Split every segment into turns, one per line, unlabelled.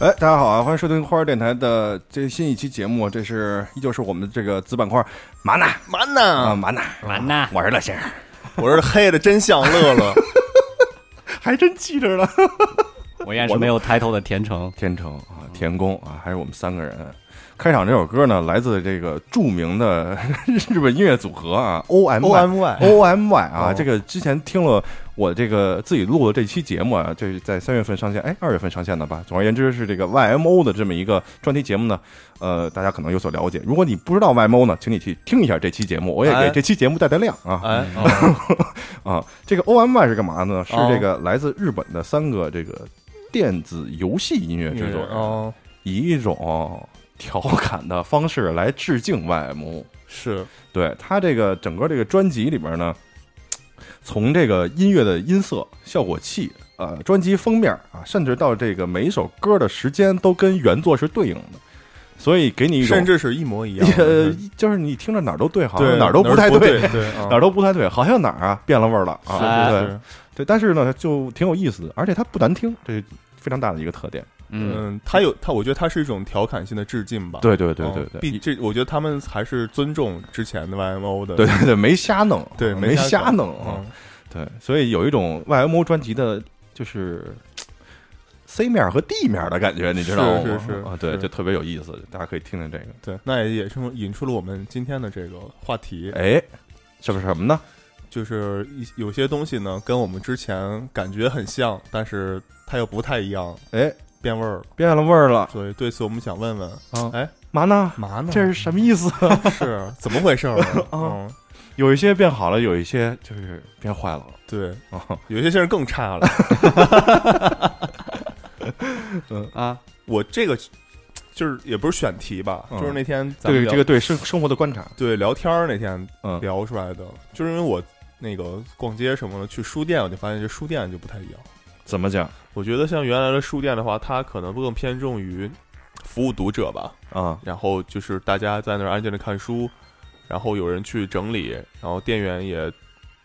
哎，大家好啊！欢迎收听花儿电台的最新一期节目，这是依旧是我们这个子板块麻娜
嘛
啊
呢？
麻娜，
完呐，
我是乐先生，
我是黑的真像 乐乐，
还真记着了。
我依然是没有抬头的田成。
天成啊，田宫啊，还是我们三个人。开场这首歌呢，来自这个著名的 日本音乐组合啊，O M
O M Y
O M Y 啊，
哦
这个之前听了我这个自己录的这期节目啊，就是在三月份上线，哎，二月份上线的吧。总而言之是这个 Y M O 的这么一个专题节目呢，呃，大家可能有所了解。如果你不知道 Y M O 呢，请你去听一下这期节目，我也
哎
给这期节目带带量啊。
哎，
啊，这个 O M Y 是干嘛呢？是
哦
这个来自日本的三个这个电子游戏音乐制作人。
哦，
以一种调侃的方式来致敬 YMO。
是
对他这个整个这个专辑里边呢，从这个音乐的音色、效果器、呃，专辑封面啊，甚至到这个每一首歌的时间都跟原作是对应的，所以给你一种
甚至是啊一模一样
呃
的，，
就是你听着哪儿都对，好像
对，
哪儿都
不
太
对
对。，
对，啊
哪儿都不太对，好像哪儿啊变了味儿了
是
啊！
是
对
是
对，但是呢，就挺有意思的，而且它不难听，这是非常大的一个特点。
嗯，
嗯，他有他，我觉得他是一种调侃性的致敬吧。
对对对
嗯
对对，
毕这我觉得他们还是尊重之前的 YMO 的，
对对对，没瞎弄，
对，
没瞎
瞎
弄啊。
嗯
对，所以有一种 YMO 专辑的，就是 C 面和 D 面的感觉，你知道吗？
是是是
啊，对，
是
就特别有意思，大家可以听听这个。
对，那也也是引出了我们今天的这个话题，
哎，这是什么呢？
就是一有些东西呢，跟我们之前感觉很像，但是它又不太一样，
哎，
变味儿了。
变了味儿了
所以对此我们想问问，
啊！
哎，
嘛呢？
嘛呢？
这是什么意思？
是怎么回事儿呢？
啊
嗯，
有一些变好了，有一些就是变坏了
对，
啊。
有些人更 差了。
嗯
啊，
我这个就是也不是选题吧，
嗯
就是那天咱
这
们
个这
聊
个对生生活的观察，
对聊天儿那天
嗯
聊出来的，就是因为我那个逛街什么的，去书店我就发现这书店就不太一样。
怎么讲
我觉得像原来的书店的话，它可能更偏重于服务读者吧，
啊？
然后就是大家在那儿安静的看书，然后有人去整理，然后店员也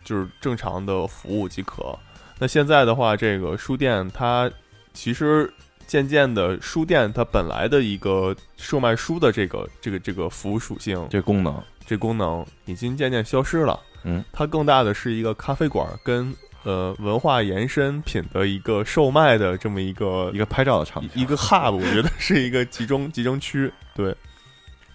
就是正常的服务即可。那现在的话，这个书店它其实渐渐的，书店它本来的一个售卖书的这个这个这个服务属性，
这功能
这功能已经渐渐消失了。
嗯，
它更大的是一个咖啡馆跟呃文化延伸品的一个售卖的这么一个
一个拍照的场景，
一个 hub，我觉得是一个集中集中区。对，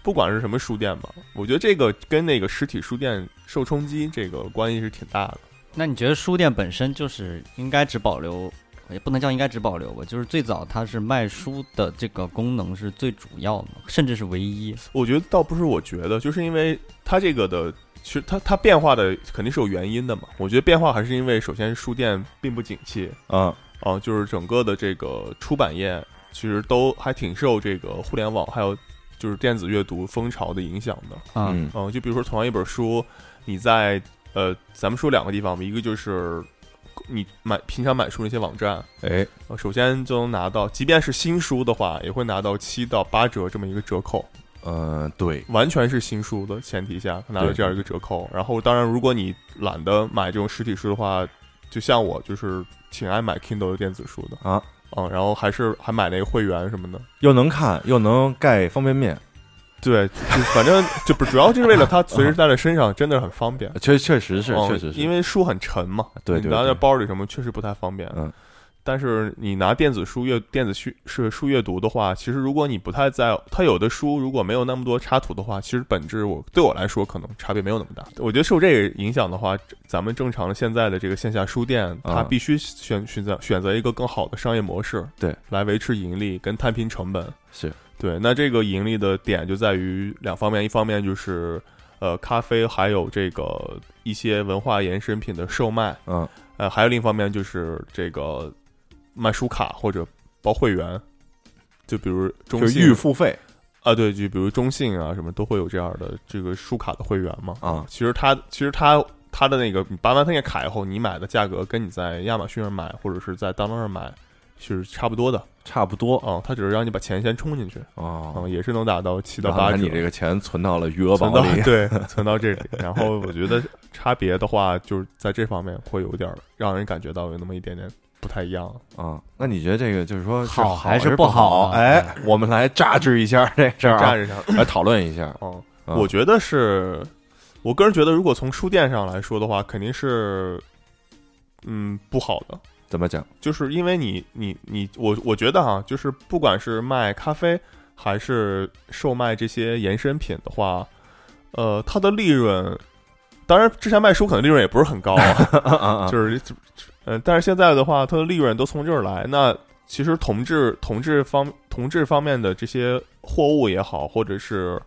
不管是什么书店吧，我觉得这个跟那个实体书店受冲击这个关系是挺大的。
那你觉得书店本身就是应该只保留，也不能叫应该只保留吧，就是最早它是卖书的这个功能是最主要的，甚至是唯一。
我觉得倒不是我觉得，就是因为它这个的，其实它它变化的肯定是有原因的嘛。我觉得变化还是因为首先书店并不景气，
啊，
啊，就是整个的这个出版业其实都还挺受这个互联网还有就是电子阅读风潮的影响的。
啊，
嗯
嗯、就比如说同样一本书，你在呃，咱们说两个地方吧，一个就是你买平常买书那些网站，
哎，
呃，首先就能拿到，即便是新书的话，也会拿到七到八折这么一个折扣。
呃，对，
完全是新书的前提下，拿到
对
这样一个折扣。然后，当然，如果你懒得买这种实体书的话，就像我，就是挺爱买 Kindle 的电子书的
啊，
嗯，然后还是还买那个会员什么的。
又能看又能盖方便面，
对，就反正就不主要就是为了它随时带在身上，真的很方便。
确确实是
嗯
确实是，
因为书很沉嘛，
对
你
对
拿
对
在包里什么确实不太方便。
嗯，
但是你拿电子书阅电子书是书阅读的话，其实如果你不太在它有的书如果没有那么多插图的话，其实本质我对我来说可能差别没有那么大。我觉得受这个影响的话，咱们正常的现在的这个线下书店，它
啊
必须选选择选择一个更好的商业模式，
对，
来维持盈利跟摊平成本。
是
对，那这个盈利的点就在于两方面，一方面就是呃咖啡，还有这个一些文化衍生品的售卖，
嗯，
呃，还有另一方面就是这个卖书卡或者包会员，就比如中
就是预
信
付费
啊，对，就比如中信啊什么都会有这样的这个书卡的会员嘛。
啊，
其实它其实它它的那个你办完那个卡以后，你买的价格跟你在亚马逊上买或者是在当当上买是差不多的
差不多
啊，它只是让你把钱先充进去。
哦
嗯，。也是能达到七到
然后
八
把
折。
你这个钱存到了余额宝
存到
里
对，存到这里。然后我觉得差别的话，就是在这方面会有点儿让人感觉到有那么一点点不太一样。
啊，那你觉得这个就是说是
好还
还
是
是
不
好？
好
啊
哎，我们来榨汁一下这事儿
站
啊，
着上，
来讨论一下。
哦，
嗯
我觉得是，我个人觉得，如果从书店上来说的话，肯定是，嗯，不好的，
怎么讲？
就是因为你你你，我我觉得哈、就是不管是卖咖啡还是售卖这些衍生品的话，呃，它的利润，当然之前卖书可能利润也不是很高 啊，
啊啊啊！
就是，呃，但是现在的话，它的利润都从这儿来。那其实同质同质方同质方面的这些货物也好，或者是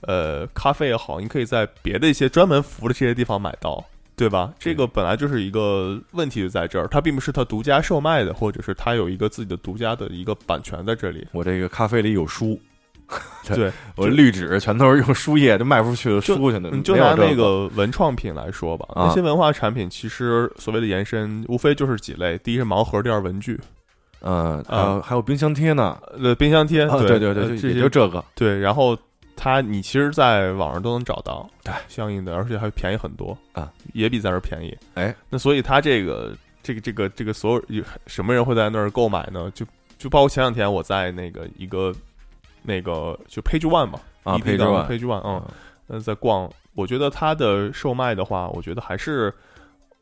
呃咖啡也好，你可以在别的一些专门服的这些地方买到，对吧？
嗯
这个本来就是一个问题就在这儿，它并不是它独家售卖的，或者是它有一个自己的独家的一个版权在 这里。
我这个咖啡里有书，
对，
我绿纸全都是用书页就卖不出去的书，现在
你
嗯
就
没有
拿
这
那个文创品来说吧，
啊
那些文化产品其实所谓的延伸，无非就是几类：第一是盲盒，第二文具，
嗯，还
啊
有还有冰箱贴呢，
呃，冰箱贴，
啊
对
对
呃
对，就
这
也
些
就这个，
对，然后它你其实，在网上都能找到
对
相应的，而且还便宜很多
啊，
也比在这儿便宜。
哎，
那所以它这个这个这个这个所有有什么人会在那儿购买呢？就就包括前两天我在那个一个那个就 Page One 嘛，
啊
，Page
，Page One
Page One，嗯，那在逛，我觉得它的售卖的话，我觉得还是。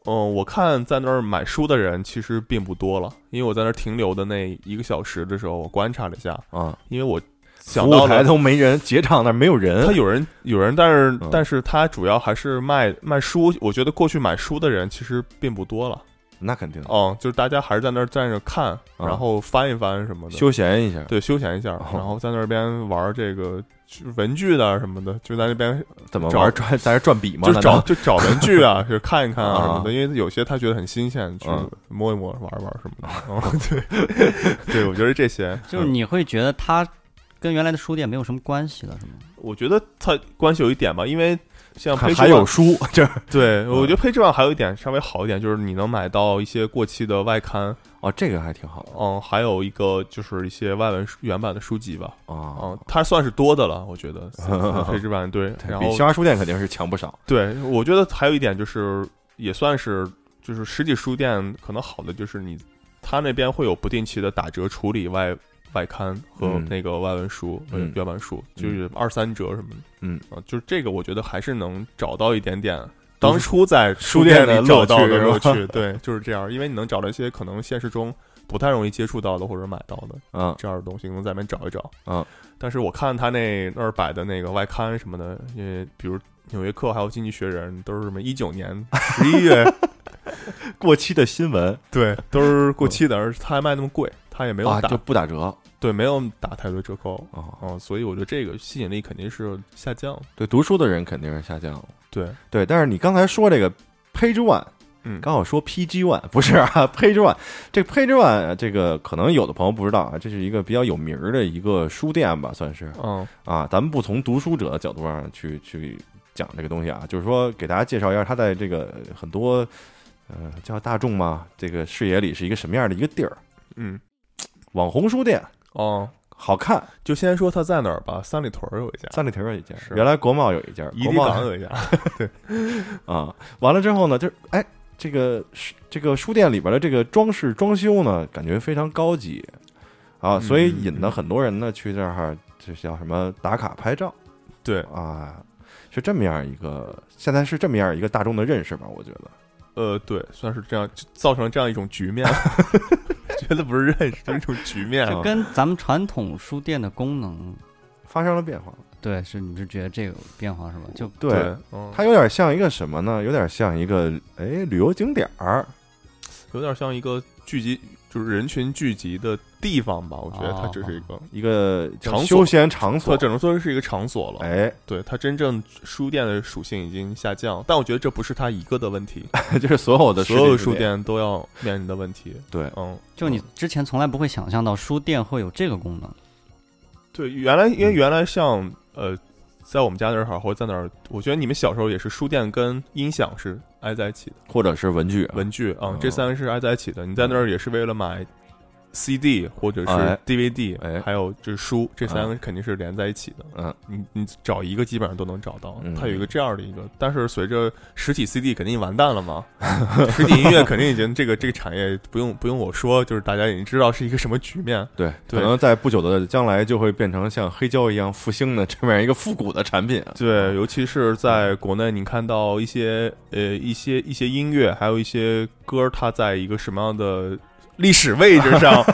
嗯，我看在那儿买书的人其实并不多了，因为我在那儿停留的那一个小时的时候，我观察了一下，
啊，
因为我
服
想嗯到
务
了
台都没人，结账那儿没有人
他，有人有人，但是、
嗯
但是他主要还是卖卖书。我觉得过去买书的人其实并不多了，
那肯定
哦、就是大家还是在那儿站着看，
嗯
然后翻一翻什么的，
休闲一下。
对休闲一下，
哦
然后在那边玩这个就是文具的啊什么的，就在那边
怎么
找
玩转在这转笔吗？
就
难
找
道
就找文具啊，就是看一看啊
啊
什么的，因为有些他觉得很新鲜，去
嗯啊
摸一摸玩一玩什么的。哦，对， 对我觉得这些
就是你会觉得它跟原来的书店没有什么关系了，是吗？
我觉得它关系有一点吧，因为像
还
培
还
训
有书？ 这
对，我
嗯
觉得配置上还有一点稍微好一点，就是你能买到一些过期的外刊，
哦，这个还挺好的
嗯，还有一个就是一些外文书原版的书籍吧，
啊
嗯，，它算是多的了，我 觉得配置版对，然
比
后
新华书店肯定是强不少。
对，我觉得还有一点就是也算是就是实体书店可能好的就是你，它那边会有不定期的打折处理外外刊和
嗯
那个外文书、
嗯
呃原版书，
嗯
就是二三折什么的，
嗯
啊，就是这个我觉得还是能找到一点点。当初在书里
书
找
店的
到的
乐
乐
趣
趣，对，就是这样，因为你能找到一些可能现实中不太容易接触到的或者买到的
嗯
这样的东西，能在那边找一找。
嗯，
但是我看他那那儿摆的那个外刊什么的，也比如《纽约客》还有《经济学人》，都是什么一九 年十一月，
过期的新闻
对，都是过期的，而且他还卖那么贵，他也没有
啊，
打，
就不打折
对，没有打太多折扣。
啊。
哦，所以我觉得这个吸引力肯定是下降。
对，读书的人肯定是下降了。
对，
对，但是你刚才说这个 Page One，
嗯
刚好说 PG One 不是啊，Page One 这 Page One 呃这个可能有的朋友不知道啊，这是一个比较有名儿的一个书店吧，算是
嗯
啊。咱们不从读书者的角度上去去讲这个东西啊，就是说给大家介绍一下，它在这个很多呃叫大众嘛这个视野里是一个什么样的一个地儿。
嗯，
网红书店
哦，
好看，
就先说它在哪儿吧，三里屯儿有一家，
三里屯有一家，
是
原来国贸有一家，
怡
国
迪
贸
港有一家。
啊，完了之后呢，就是哎，这个书这个书店里边的这个装饰装修呢，感觉非常高级啊，所以
嗯
引得很多人呢去这儿，这叫什么打卡拍照
对，
啊，是这么样一个，现在是这么样一个大众的认识吧，我觉得。
呃，对，算是这样，就造成了这样一种局 面。觉得不是认识，就是一种局面
这
啊
嗯。
跟咱们传统书店的功能，
发生了变化，
对，是你是觉得这个变化是吧？就
对，
嗯，
它有点像一个什么呢？有点像一个哎旅游景点儿，
有点像一个聚集，就是人群聚集的地方吧。我觉得它只是一个，
一个
场所
休闲场
它
所，
只能说是一个场所了。
哎，
对，它真正书店的属性已经下降，但我觉得这不是它一个的问题，
就是所有的
所有的
书
书，店都要面临的问题。
对
嗯，
就你之前从来不会想象到书店会有这个功能，
对，原来因为
嗯
原来像呃，在我们家那儿好，或者在哪儿，我觉得你们小时候也是书店跟音响是挨在一起的。
或者是文具啊，
文具啊、
哦
嗯这三个是挨在一起的。你在那儿也是为了买 CD 或者
哎
是 DVD，、
哎
还有就是书，这三个肯定是连在一起的。
嗯，
你你找一个基本上都能找到
嗯，
它有一个这样的一个，但是随着实体 CD 肯定完蛋了嘛，实体音乐肯定已经这个这个产业不用不用我说，就是大家已经知道是一个什么局面。
对，可
对
能在不久的将来就会变成像黑胶一样复兴的这么样一个复古的产品 啊。
对，尤其是在国内，你看到一些呃一些一些音乐，还有一些歌，它在一个什么样的历史位置上，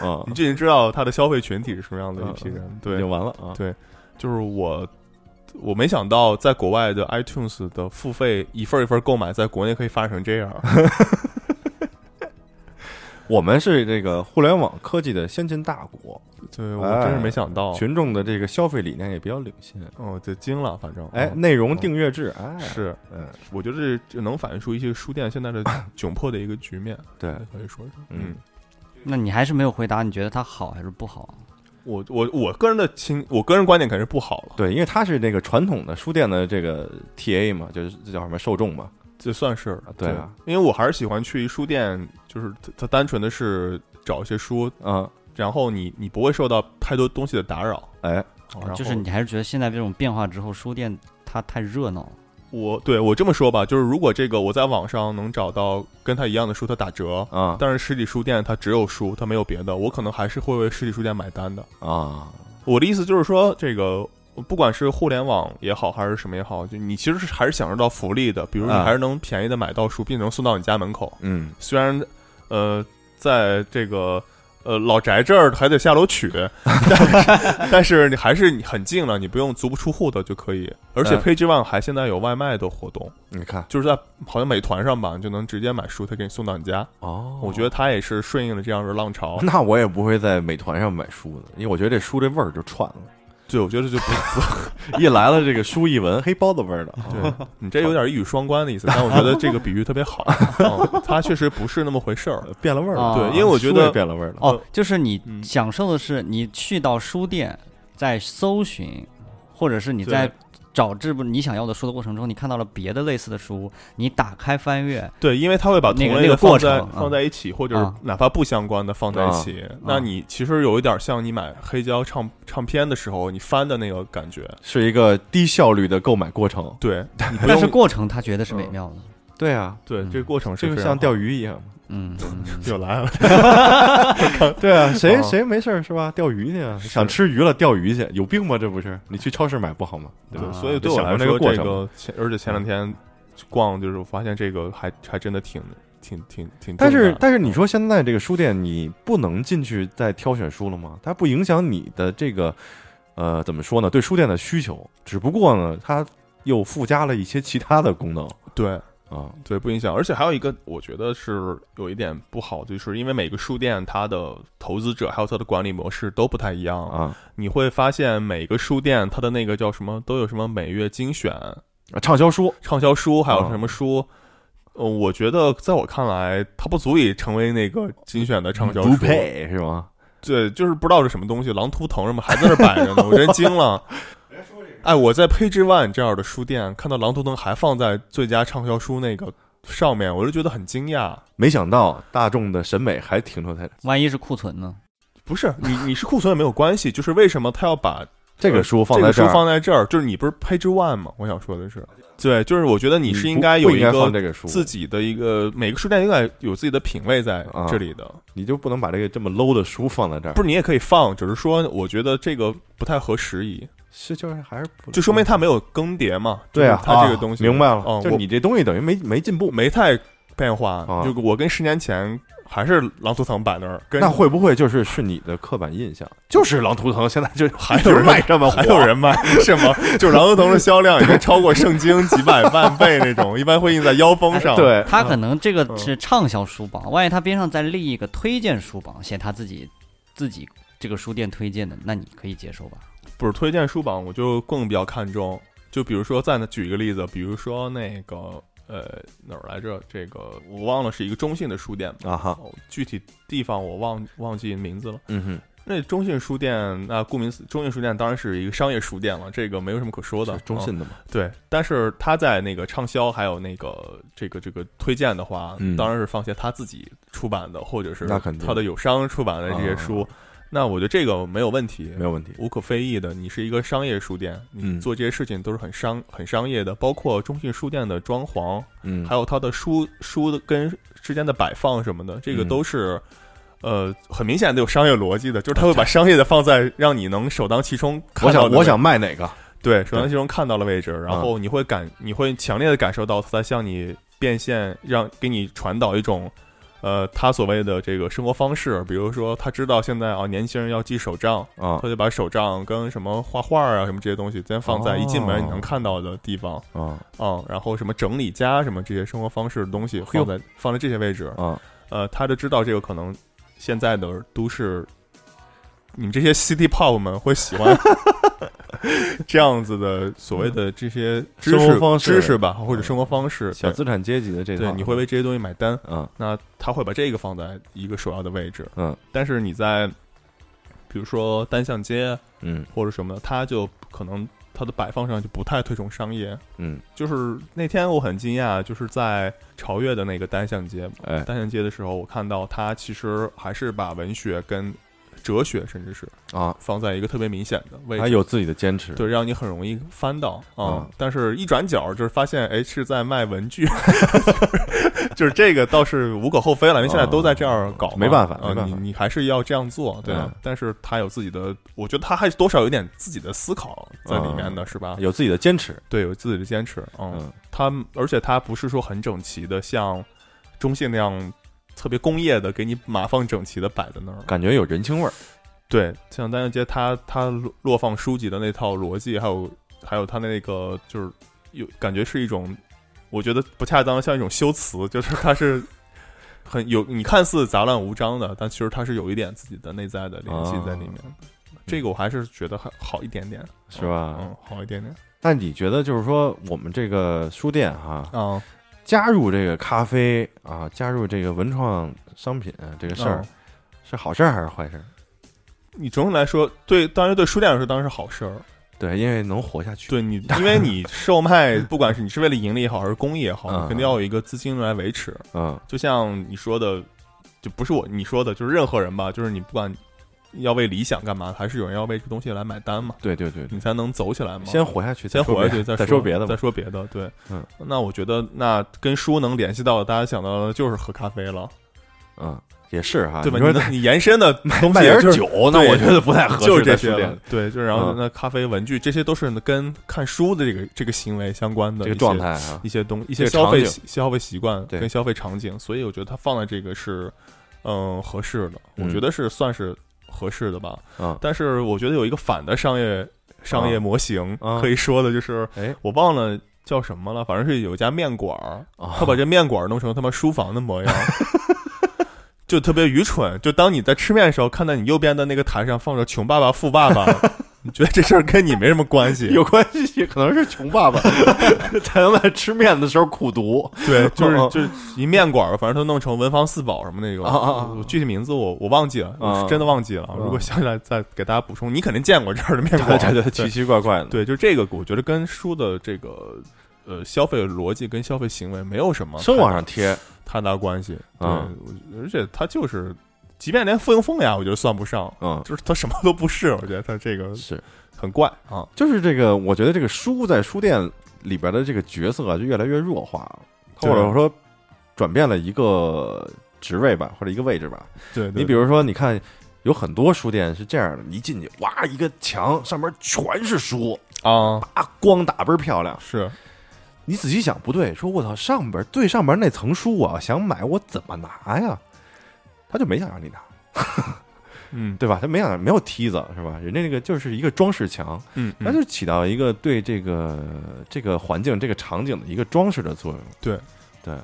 嗯
你，就已经知道它的消费群体是什么样的一批人。
已
对
经，完了啊。
对就是我，我没想到在国外的 iTunes 的付费一份儿一份儿购买，在国内可以发展成这样。
我们是这个互联网科技的先进大国，
对我真是
哎
没想到，
群众的这个消费理念也比较领先。
哦，就惊了，反正
哎，
嗯
内容订阅制，哎，
是，
嗯，
我觉得这这能反映出一些书店 现在的窘迫的一个局面，
对，
可以说是，
嗯
嗯。
那你还是没有回答，你觉得它好还是不好？啊
我我我个人的亲，我个人观点肯定是不好了，
对，因为它是那个传统的书店的这个 TA 嘛，就是这叫什么受众嘛，
这算是
对啊
因为我还是喜欢去书店，就是它它单纯的是找一些书，
嗯，
然后你你不会受到太多东西的打扰，
哎，
然后
就是你还是觉得现在这种变化之后，书店它太热闹了。
我对我这么说吧，就是如果这个我在网上能找到跟它一样的书，它打折。
啊
但是实体书店它只有书，它没有别的，我可能还是会为实体书店买单的。
啊，
我的意思就是说，这个不管是互联网也好，还是什么也好，就你其实是还是享受到福利的，比如你
啊
还是能便宜的买到书，并且能送到你家门口。
嗯，
虽然，呃，在这个呃老宅这儿还得下楼 取，但是但是你还是你很近了，你不用足不出户的就可以。而且
嗯
Page One 还现在有外卖的活动，
你看
就是在好像美团上吧，你就能直接买书，他给你送到你家。
哦。
我觉得它也是顺应了这样的浪潮
那我也不会在美团上买书的，因为我觉得这书这味儿就串了，
对，我觉得就不
一来了这个书一闻，黑包子味儿的，
对你这有点一语双关的意思，但我觉得这个比喻特别好， 嗯它确实不是那么回事儿。
呃变了味儿了，
啊
对，因为我觉
书也
得
变了味儿了，
哦，就是你
嗯
享受的是你去到书店，在搜寻，或者是你
对
在找这部你想要的书的过程中，你看到了别的类似的书，你打开翻阅，
对，因为它会把同
那个那
类的
个
放
过
在
程
放在一起，或者是
啊
哪怕不相关的放在一起。那你其实有一点像你买黑胶唱唱片的时候，你翻的那个感觉。
是一个低效率的购买过程。
对，你不
但是
用嗯
过程他觉得是美妙的。
对啊，
对
嗯
这个过程是
这就
非常
像
好
钓鱼一 样嘛。
嗯，嗯
又来了，
对啊，谁
哦
谁没事儿是吧？钓鱼去啊，想吃鱼了钓鱼去，有病吗？这不是？你去超市买不好吗？对吧？
对，
啊
所以对我
想
来
那
说，
个过
这
程
个前而且前两天逛，就是我发现这个还还真的挺挺挺挺重
但是
要的
但是你说现在这个书店，你不能进去再挑选书了吗？它不影响你的这个呃怎么说呢？对书店的需求，只不过呢，它又附加了一些其他的功能
对。
啊。
对，不影响。而且还有一个，我觉得是有一点不好，就是因为每个书店它的投资者还有它的管理模式都不太一样。
啊，
你会发现每个书店它的那个叫什么，都有什么每月精选、
畅销书
畅销书，还有
嗯
什么书。呃，我觉得在我看来，它不足以成为那个精选的畅销
不
书。
配是吗？
对，就是不知道是什么东西，狼图腾什么还在那儿摆 着呢，我真惊了。哎，我在 Page One 这样的书店看到狼图腾还放在最佳畅销书那个上面，我就觉得很惊讶。
没想到大众的审美还停留在
万一是库存呢？
不是你，你是库存也没有关系，就是为什么他要把
这个书放在
个
这
书
儿，
放在这儿？就是你不是 Page One 吗？我想说的是，对，就是我觉得你是
不
应该
不
有一
放
个
这个书，
自己的一个每个书店应该有自己的品味在
啊
这里的，
你就不能把这个这么 low 的书放在这儿，
不是你也可以放，只是说我觉觉得这个不太合时宜，
是就是还是不嗯
就说明它没有更迭嘛。
对啊
就是，它这个东西、
啊明白了，
嗯，
就是你这东西等于没没进
我
步。
没太变化，
啊
就我跟十年前还是狼图腾摆那儿，跟
那会不会就是是你的刻板印象？ 就是狼图腾现在 就
还有
一直
人
卖这么火
还有人卖是 吗？就是狼图腾的销量已经超过圣经几百万倍那种，一般会印在腰封上。，
对，
他可能这
嗯
个是畅销书榜，万一他边上再立一个推荐书榜，写他自己自己这个书店推荐的，那你可以接受吧？
不是推荐书榜，我就更比较看重。就比如说，再举一个例子，比如说那个呃哪儿来着？这个我忘了，是一个中信的书店吧。
啊哈，
哦具体地方我忘忘记名字了。
嗯哼，
那中信书店，那顾名思，中信书店当然是一个商业书店了，这个没有什么可说的
是。中
啊
信的嘛，
对，但是他在那个畅销还有那个这个这个推荐的话，
嗯
当然是放些他自己出版的，或者是
那肯定啊
他的友商出版的这些书。那我觉得这个没有问题，
没有问题。
无可非议的。你是一个商业书店，你
嗯
做这些事情都是很商很商业的，包括中信书店的装潢，
嗯，
还有它的书书的跟之间的摆放什么的，这个
嗯
都是。呃，很明显的有商业逻辑的，就是他会把商业的放在让你能首当其冲看
啊我
到
想
的
我想啊卖哪个？
对，首当其冲看到了位置，然后你会感，你会强烈的感受到他在向你变现，让给你传导一种，呃，他所谓的这个生活方式，比如说他知道现在啊年轻人要记手账，
啊
他就把手账跟什么画画啊什么这些东西，先放在一进门你
哦
能看到的地方啊、
啊
嗯然后什么整理家什么这些生活方式的东西
哎呦
放在放在这些位置，
啊！
呃，他就知道这个可能现在的都市，你们这些 city pop 们会喜 欢这样子的所谓的这些知
生
识
活方式
知识吧，或者生活方式。
小资产阶级的这
对
套
对，你会为这些东西买单，
啊
那他会把这个放在一个首要的位置。
嗯，
但是你在比如说单向街啊
嗯
或者什么的，他就可能它的摆放上就不太推崇商业。
嗯
就是那天我很惊讶，就是在朝越的那个单向街，
哎
单向街的时候，我看到他其实还是把文学跟哲学，甚至是
啊，
放在一个特别明显的位
还
置，
有自己的坚持。
对，让你很容易翻到啊。
嗯
但是，一转角就是发现，哎，是在卖文具， 就是这个倒是无可厚非了，因为现在都在这样搞嘛，
啊没办法
啊
没办法
你你还是要这样做，对啊。
嗯
但是他有自己的，我觉得他还是多少有点自己的思考在里面的，是吧？
有自己的坚持，
对，有自己的坚持，嗯
嗯，
它而且它不是说很整齐的，像中信那样特别工业的，给你码放整齐的摆在那儿。
感觉有人情味儿。
对，像单向街，它它落落放书籍的那套逻辑，还有还有它那个就是有感觉是一种，我觉得不恰当，像一种修辞，就是它是很有你看似杂乱无章的，但其实它是有一点自己的内在的联系在里面的。
哦
这个我还是觉得还好一点点，
是吧
嗯，好一点点
那你觉得就是说，我们这个书店哈，
啊，
加入这个咖啡啊，加入这个文创商品啊这个事儿
嗯，
是好事儿还是坏事儿？
你总体来说，对，当然对书店来说当然是好事儿。
对，因为能活下去。
对你，因为你售 卖，不管是你是为了盈利也好，还是公益也好，
嗯
你肯定要有一个资金来维持。
嗯
就像你说的，就不是我你说的，就是任何人吧，就是你不管要为理想干嘛，还是有人要为这东西来买单嘛，
对对对，对
你才能走起来嘛。
嗯先活下去，
先活下去，
再
再
说别再
说
别的
再
吧。
说别的。对，
嗯，
那我觉得那跟书能联系到的，大家想到的就是喝咖啡了，
嗯，也是哈，
对吧？
你
你
说
能你延伸的东
卖
西
点
就是
酒，那我觉得不太合适。
就是这
在
些
书
了
店，
对，就然后
嗯
那咖啡、文具，这些都是跟看书的这个这个行为相关的
这个
一些
状态啊
一，些东
这
一些
个
消
场
费
景
习消费习惯
对
跟消费场景，所以我觉得它放在这个是嗯合适的，我
嗯
觉得是算是合适的吧。
嗯，
但是我觉得有一个反的商业商业模型
啊
可以说的就是，
哎，
我忘了叫什么了，反正是有一家面馆儿，
啊
他把这面馆儿弄成他妈书房 的模样。就特别愚蠢，就当你在吃面的时候，看到你右边的那个台上放着“穷爸爸”“富爸爸”， 你觉得这事儿跟你没什么关系？
有关系，可能是穷爸 爸才能在吃面的时候苦读
对， 就是
嗯嗯
就是一面馆儿，反正都弄成文房四宝什么那个，
啊啊啊
我具体名字我我忘记了，
啊
我是真的忘记了。如果想起来再给大家补充，你肯定见过这样的面 馆
对
儿，
对对，
对
奇奇怪怪的。
对，就这个，我觉得跟书的这个呃消费逻辑跟消费行为没有什么
啊生活上贴，
太大关系。对，
啊
我而且它就是，即便连附庸风雅，我觉得算不上，
嗯，
就是它什么都不是。我觉得它这个
是，
很怪啊。
就是这个，我觉得这个书在书店里边的这个角色啊，就越来越弱化了，或
对
者说转变了一个职位吧，或者一个位置吧。
对，对
你比如说，你看有很多书店是这样的，你一进去，哇，一个墙上面全是书，
啊，
啊，光打倍儿漂亮。
是
你仔细想，不对，说我操，上边最上边那层书我要想买，我怎么拿呀？他就没想让你拿，
嗯
对吧？他没想没有梯子是吧？人家那个就是一个装饰墙，
嗯，
它就起到一个对这个这个环境、这个场景的一个装饰的作用。
对
对，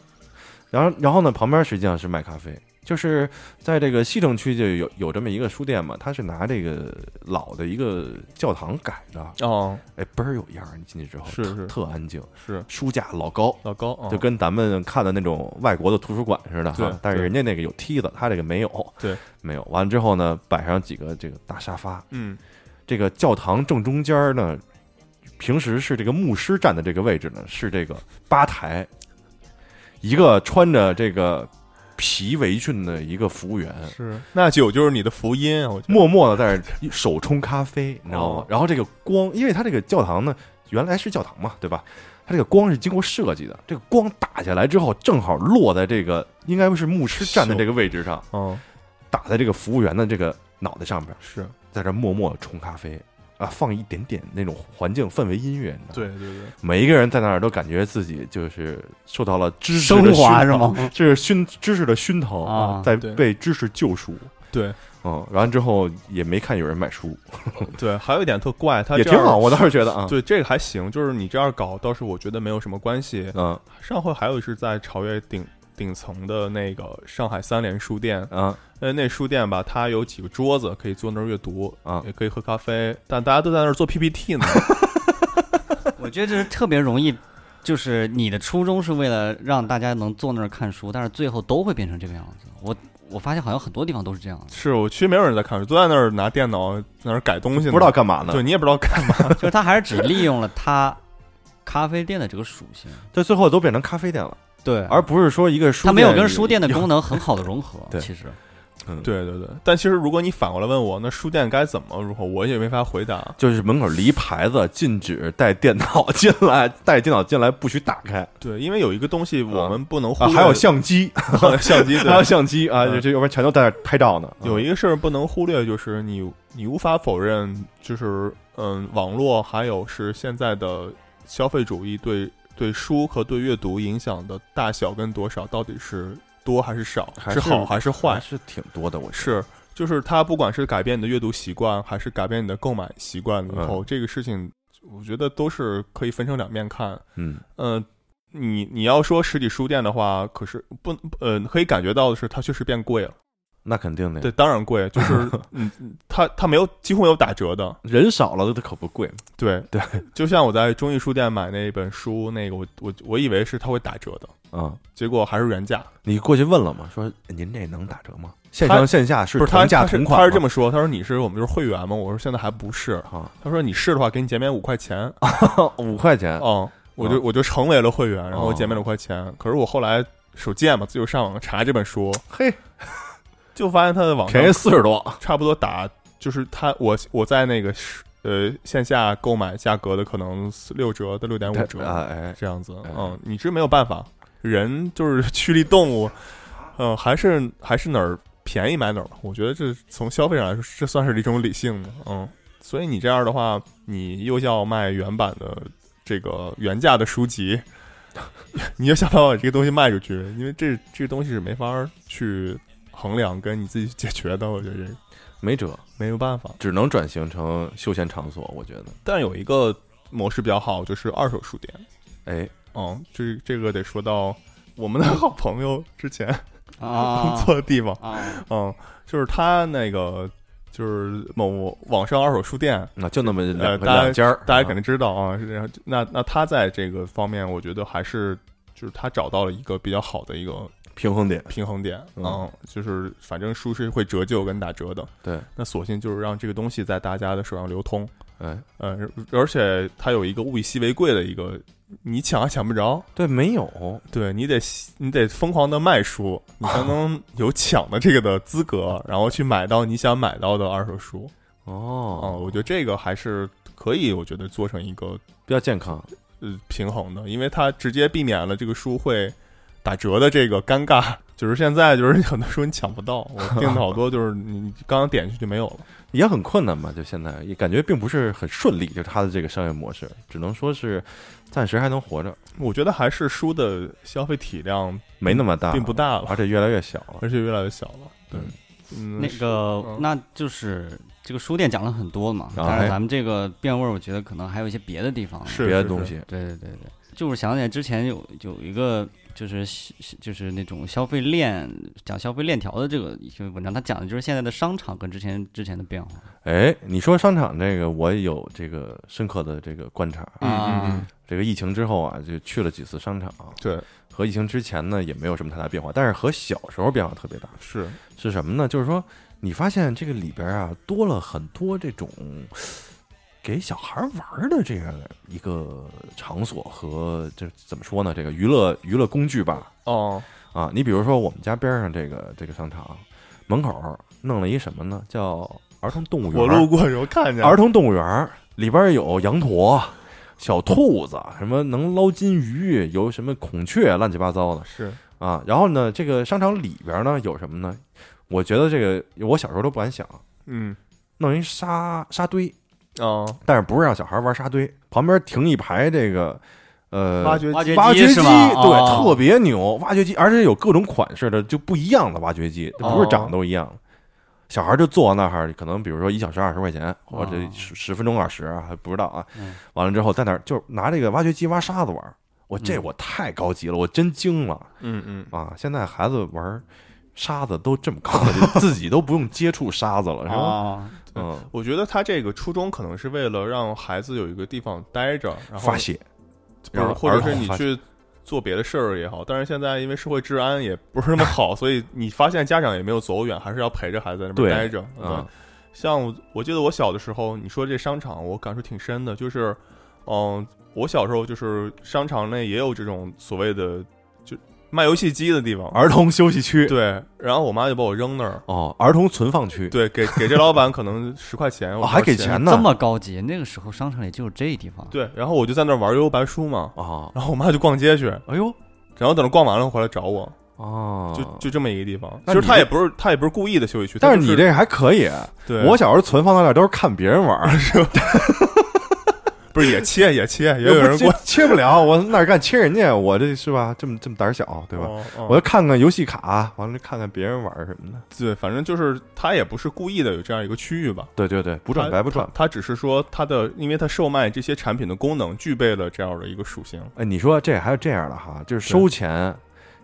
然后然后呢，旁边实际上是卖咖啡，就是在这个西城区就有有这么一个书店嘛，它是拿这个老的一个教堂改的，
哦，
哎，倍儿有样儿。你进去之后，
是
特
是
特安静，
是
书架老高，
老高啊，
就跟咱们看的那种外国的图书馆似的
对
哈，但是
对
人家那个有梯子，他这个没有，
对，
没有。完了之后呢，摆上几个这个大沙发，
嗯
这个教堂正中间呢，平时是这个牧师站的这个位置呢，是这个吧台，一个穿着这个皮围裙的一个服务员，
是，嗯那酒就是你的福音啊，我觉得
默默的在那儿手冲咖啡，你知道吗
哦？
然后这个光，因为它这个教堂呢，原来是教堂嘛，对吧？它这个光是经过设计的，这个光打下来之后，正好落在这个应该是牧师站的这个位置上，
哦，
打在这个服务员的这个脑袋上边，
是
在这儿默默地冲咖啡啊，放一点点那种环境氛围音乐，你知道吗
对对对，
每一个人在那儿都感觉自己就是受到了知识的
升华
熏 陶
是吗？
这是熏知识的熏陶
啊
在
对
被知识救赎。
对
嗯，完了之后也没看有人买书，
对，还有一点特怪，他
也
这
挺
样
好，我倒是觉得 啊，
对这个还行，就是你这样搞倒是我觉得没有什么关系。
嗯
上回还有是在朝越顶顶层的那个上海三联书店，
啊
呃，那书店吧，它有几个桌子可以坐那儿阅读，
啊
也可以喝咖啡，但大家都在那儿做 PPT 呢。，
我觉得这是特别容易，就是你的初衷是为了让大家能坐那儿看书，但是最后都会变成这个样子。我我发现好像很多地方都是这样的
是我其实没有人在看，都在那儿拿电脑在那儿改东西呢，
不知道干嘛呢
对。你也不知道干嘛。
就是他还是只利用了他咖啡店的这个属性，
这最后都变成咖啡店了，
对，
而不是说一个书。。
他没有跟书店的功能很好的融合
对
其实
嗯，
对对对，但其实如果你反过来问我，那书店该怎么如何，我也没法回答。
就是门口立牌子，禁止带电脑进来，带电脑进来不许打开
对，因为有一个东西我们不能忽
啊，
略， 啊
还有相机，
相机，
还有
对，嗯
相机啊，这这要不然全都在那儿拍照呢。啊
有一个事儿不能忽略，就是你你无法否认，就是嗯，网络还有是现在的消费主义对对书和对阅读影响的大小跟多少，到底是多还是少，
还
是
是
好还是坏
还，是挺多的，我觉得
是，就是它不管是改变你的阅读习惯，还是改变你的购买习惯以
嗯
后，这个事情，我觉得都是可以分成两面看。
嗯
嗯、你你要说实体书店的话，可是不，呃，可以感觉到的是，它确实变贵了。
那肯定的呀，
对，当然贵， 就是嗯，它它没有几乎没有打折的。
人少了它可不贵，
对
对，
就像我在中义书店买那本书，那个我我我以为是它会打折的，
啊。
结果还是原价。
你过去问了吗？说哎您这能打折吗？线
他
上线下是
不是他
同价
他是
同款
他是这
吗
么说，他说你是我们就是会员吗？我说现在还不是。
啊，
他说你是的话，给你减免五块钱。
五块钱
哦，我就
哦
我就成为了会员，然后
哦
减免了五块钱。可是我后来手贱嘛，自由上网查这本书，
嘿，
哦就发现它的网
便宜
上
四十多
差不多打就是它我我在那个是呃线下购买价格的可能四六折到六点五折
啊，哎，
这样子。
哎
嗯，你这没有办法，人就是趋利动物，嗯，还是还是哪儿便宜买哪儿吧。我觉得这从消费上来说，这算是一种理性的，嗯。所以你这样的话，你又要卖原版的这个原价的书籍， 你就想办法把这个东西卖出去，因为这这个东西是没法儿去衡量跟你自己解决的。我觉得这个
没辙，
没有办法。
只能转型成休闲场所，我觉得。
但有一个模式比较好，就是二手书店。
哎，
嗯，这这个得说到我们的好朋友之前 工
啊
作的地方，
啊，
嗯，就是他那个就是某网上二手书店，
那就那么
呃，
两个
大
两家
家
儿，
大家肯
啊
定知道啊。是然后那那他在这个方面，我觉得还是就是他找到了一个比较好的一个
平衡点。
平衡点，
嗯
嗯，就是反正书是会折旧跟打折的，
对，
那索性就是让这个东西在大家的手上流通，
哎，
呃，而且它有一个物以稀为贵的一个，你抢也抢不着，
对，没有，哦
对你得你得疯狂的卖书，你才能有抢的这个的资格，然后去买到你想买到的二手书。啊、
哦，
我觉得这个还是可以，我觉得做成一个
比较健康。
呃平衡的，因为它直接避免了这个书会打折的这个尴尬。 就是现在就是 很多书你抢不到，我订的好多就是你你刚刚点进去就没有了。
也很困难吧？就现在也感觉并不是很顺利，就是它的这个商业模式，只能说是暂时还能活着，
我觉得还是书的消费体量
没那么大，
并不，大了，
而且越来越小了。
而且越来越小了。对，嗯，
那个
嗯
那就是这个书店讲了很多嘛，
啊
但
哎
是咱们这个变味儿，我觉得可能还有一些别的地方。
是
别的东西，
对对对对，就是想起来之前有有一个就是消就是那种消费链讲消费链条的这个一些文章，它讲的就是现在的商场跟之前之前的变化
哎，你说商场这个，我也有这个深刻的这个观察。
嗯
啊
嗯嗯
这个疫情之后啊，就去了几次商场，
对，
和疫情之前呢也没有什么太大变化，但是和小时候变化特别大。
是，
是什么呢？就是说，你发现这个里边啊多了很多这种给小孩玩的这样一个场所和这怎么说呢？这个娱乐娱乐工具吧。
哦，
啊，你比如说我们家边上这个这个商场门口弄了一什么呢？叫儿童动物园。
我路过的时候看见，
儿童动物园儿里边有羊驼、小兔子，什么能捞金鱼，有什么孔雀，乱七八糟的
是，
啊。然后呢，这个商场里边呢有什么呢？我觉得这个我小时候都不敢想，
嗯，
弄一沙沙堆，
哦，
但是不是让小孩玩沙堆，旁边停一排这个。呃，
挖掘
挖
机
掘
挖掘
机
机，
是吗
对，
哦
特别牛，挖掘机，而且有各种款式的，就不一样的挖掘机，它
哦
不是长得都一样。小孩就坐那儿，可能比如说一小时二十块钱，或者
哦
十十分钟二十啊，还不知道啊
嗯。
完了之后在那儿就拿这个挖掘机挖沙子玩儿，我这
嗯
我太高级了，我真惊了
嗯嗯，
啊！现在孩子玩沙子都这么高 级，自己都不用接触沙子了，是吧？
啊，
嗯，
我觉得他这个初衷可能是为了让孩子有一个地方待着，然后
发泄，
不是，
然后
或者是你
发泄
去做别的事儿也好，但是现在因为社会治安也不是那么好， 所以你发现家长也没有走远，还是要陪着孩子在那边
对
待着。
嗯，
像我我记得我小的时候，你说这商场，我感触挺深的，就是，嗯，我小时候就是商场内也有这种所谓的就卖游戏机的地方，
儿童休息区
对，然后我妈就把我扔那儿，
哦，儿童存放区，
对，给给这老板可能十块钱，
哦，
我不知道
还给
钱，
钱呢，
这么高级，那个时候商场里就是这地方，
对，然后我就在那儿玩悠悠白书嘛，
啊？
然后我妈就逛街去，
哎呦，
然后等着逛完了回来找我，
哦，
就就这么一个地方。
那
其
你
实他
这
也不是他也不是故意的休息区，
但
他
是
就
你
是
这还可以，
对
我小时候存放那料都是看别人玩 儿，
不是也切也 切，也有人
切
过
切不了，我哪敢切人家？我这是吧？这么这么胆小，对吧？
哦哦
我就看看游戏卡，完了看看别人玩儿什么的。
对，反正就是他也不是故意的有这样一个区域吧。
对对对，不
他
赚白不赚。
他只是说他的，因为他售卖这些产品的功能具备了这样的一个属性。
哎，你说这还有这样的哈，就是收钱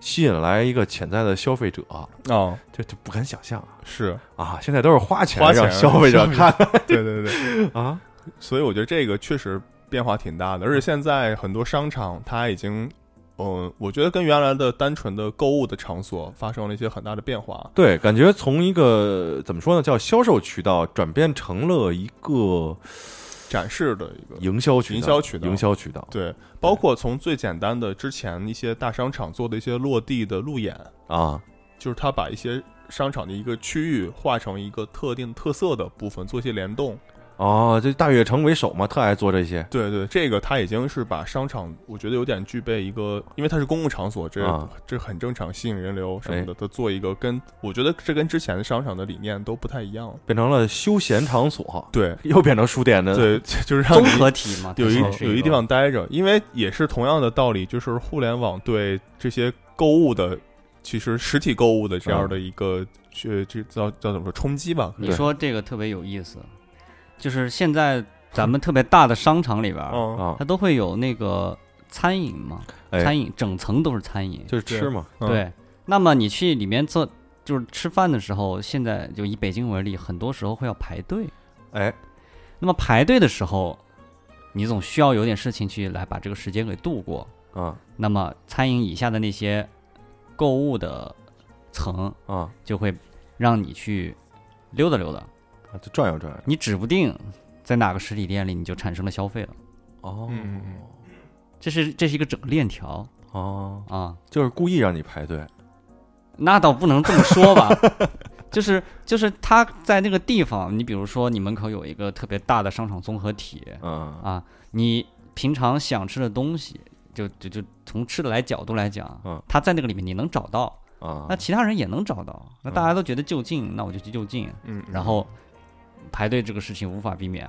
吸引来一个潜在的消费者，
哦，
这就不敢想象
是，
啊！现在都是花钱
花钱
让消费者看
对对对，
啊，
所以我觉得这个确实变化挺大的，而且现在很多商场它已经。嗯，我觉得跟原来的单纯的购物的场所发生了一些很大的变化。
对，感觉从一个怎么说呢，叫销售渠道转变成了一个
展示的一个
营销渠道，
营销渠道
营销渠道
对，包括从最简单的之前一些大商场做的一些落地的路演，
啊，
就是他把一些商场的一个区域划成一个特定特色的部分做一些联动。
哦，这大悦城为首嘛，特爱做这些。
对对，这个他已经是把商场，我觉得有点具备一个，因为它是公共场所，这、
啊
这很正常，吸引人流什
哎
么的，它做一个跟我觉得这跟之前的商场的理念都不太一样。
变成了休闲场所，
对
又变成书店的。，
对， 就是让
呃综
你
合体嘛，
有一
它是
有一
个
地方待着，因为也是同样的道理，就是互联网对这些购物的，其实实体购物的这
啊
样的一个，呃，这叫叫怎么说冲击吧？
你
对
说这个特别有意思，就是现在咱们特别大的商场里边儿，
嗯，
啊，
它都会有那个餐饮嘛，
哎
餐饮整层都是餐饮。
就是吃嘛，
嗯，
对，那么你去里面做，就是吃饭的时候，现在就以北京为例，很多时候会要排队。
哎，
那么排队的时候，你总需要有点事情去来把这个时间给度过。
啊
那么餐饮以下的那些购物的呃层，
啊，
就会让你去溜达溜达。
就转悠转悠。
你指不定在哪个实体店里你就产生了消费了。
哦
嗯嗯
这是这是一个整个链条
哦，
啊，
就是故意让你排队
那倒不能这么说吧， 就是就是他在那个地方，你比如说你门口有一个特别大的商场综合体
啊
啊，你平常想吃的东西，就就就从吃的来角度来
嗯
讲，他在那个里面你能找到，
啊
那其他人也能找到，那大家都觉得就近，那我就去就近，
嗯，嗯
然后排队这个事情无法避免。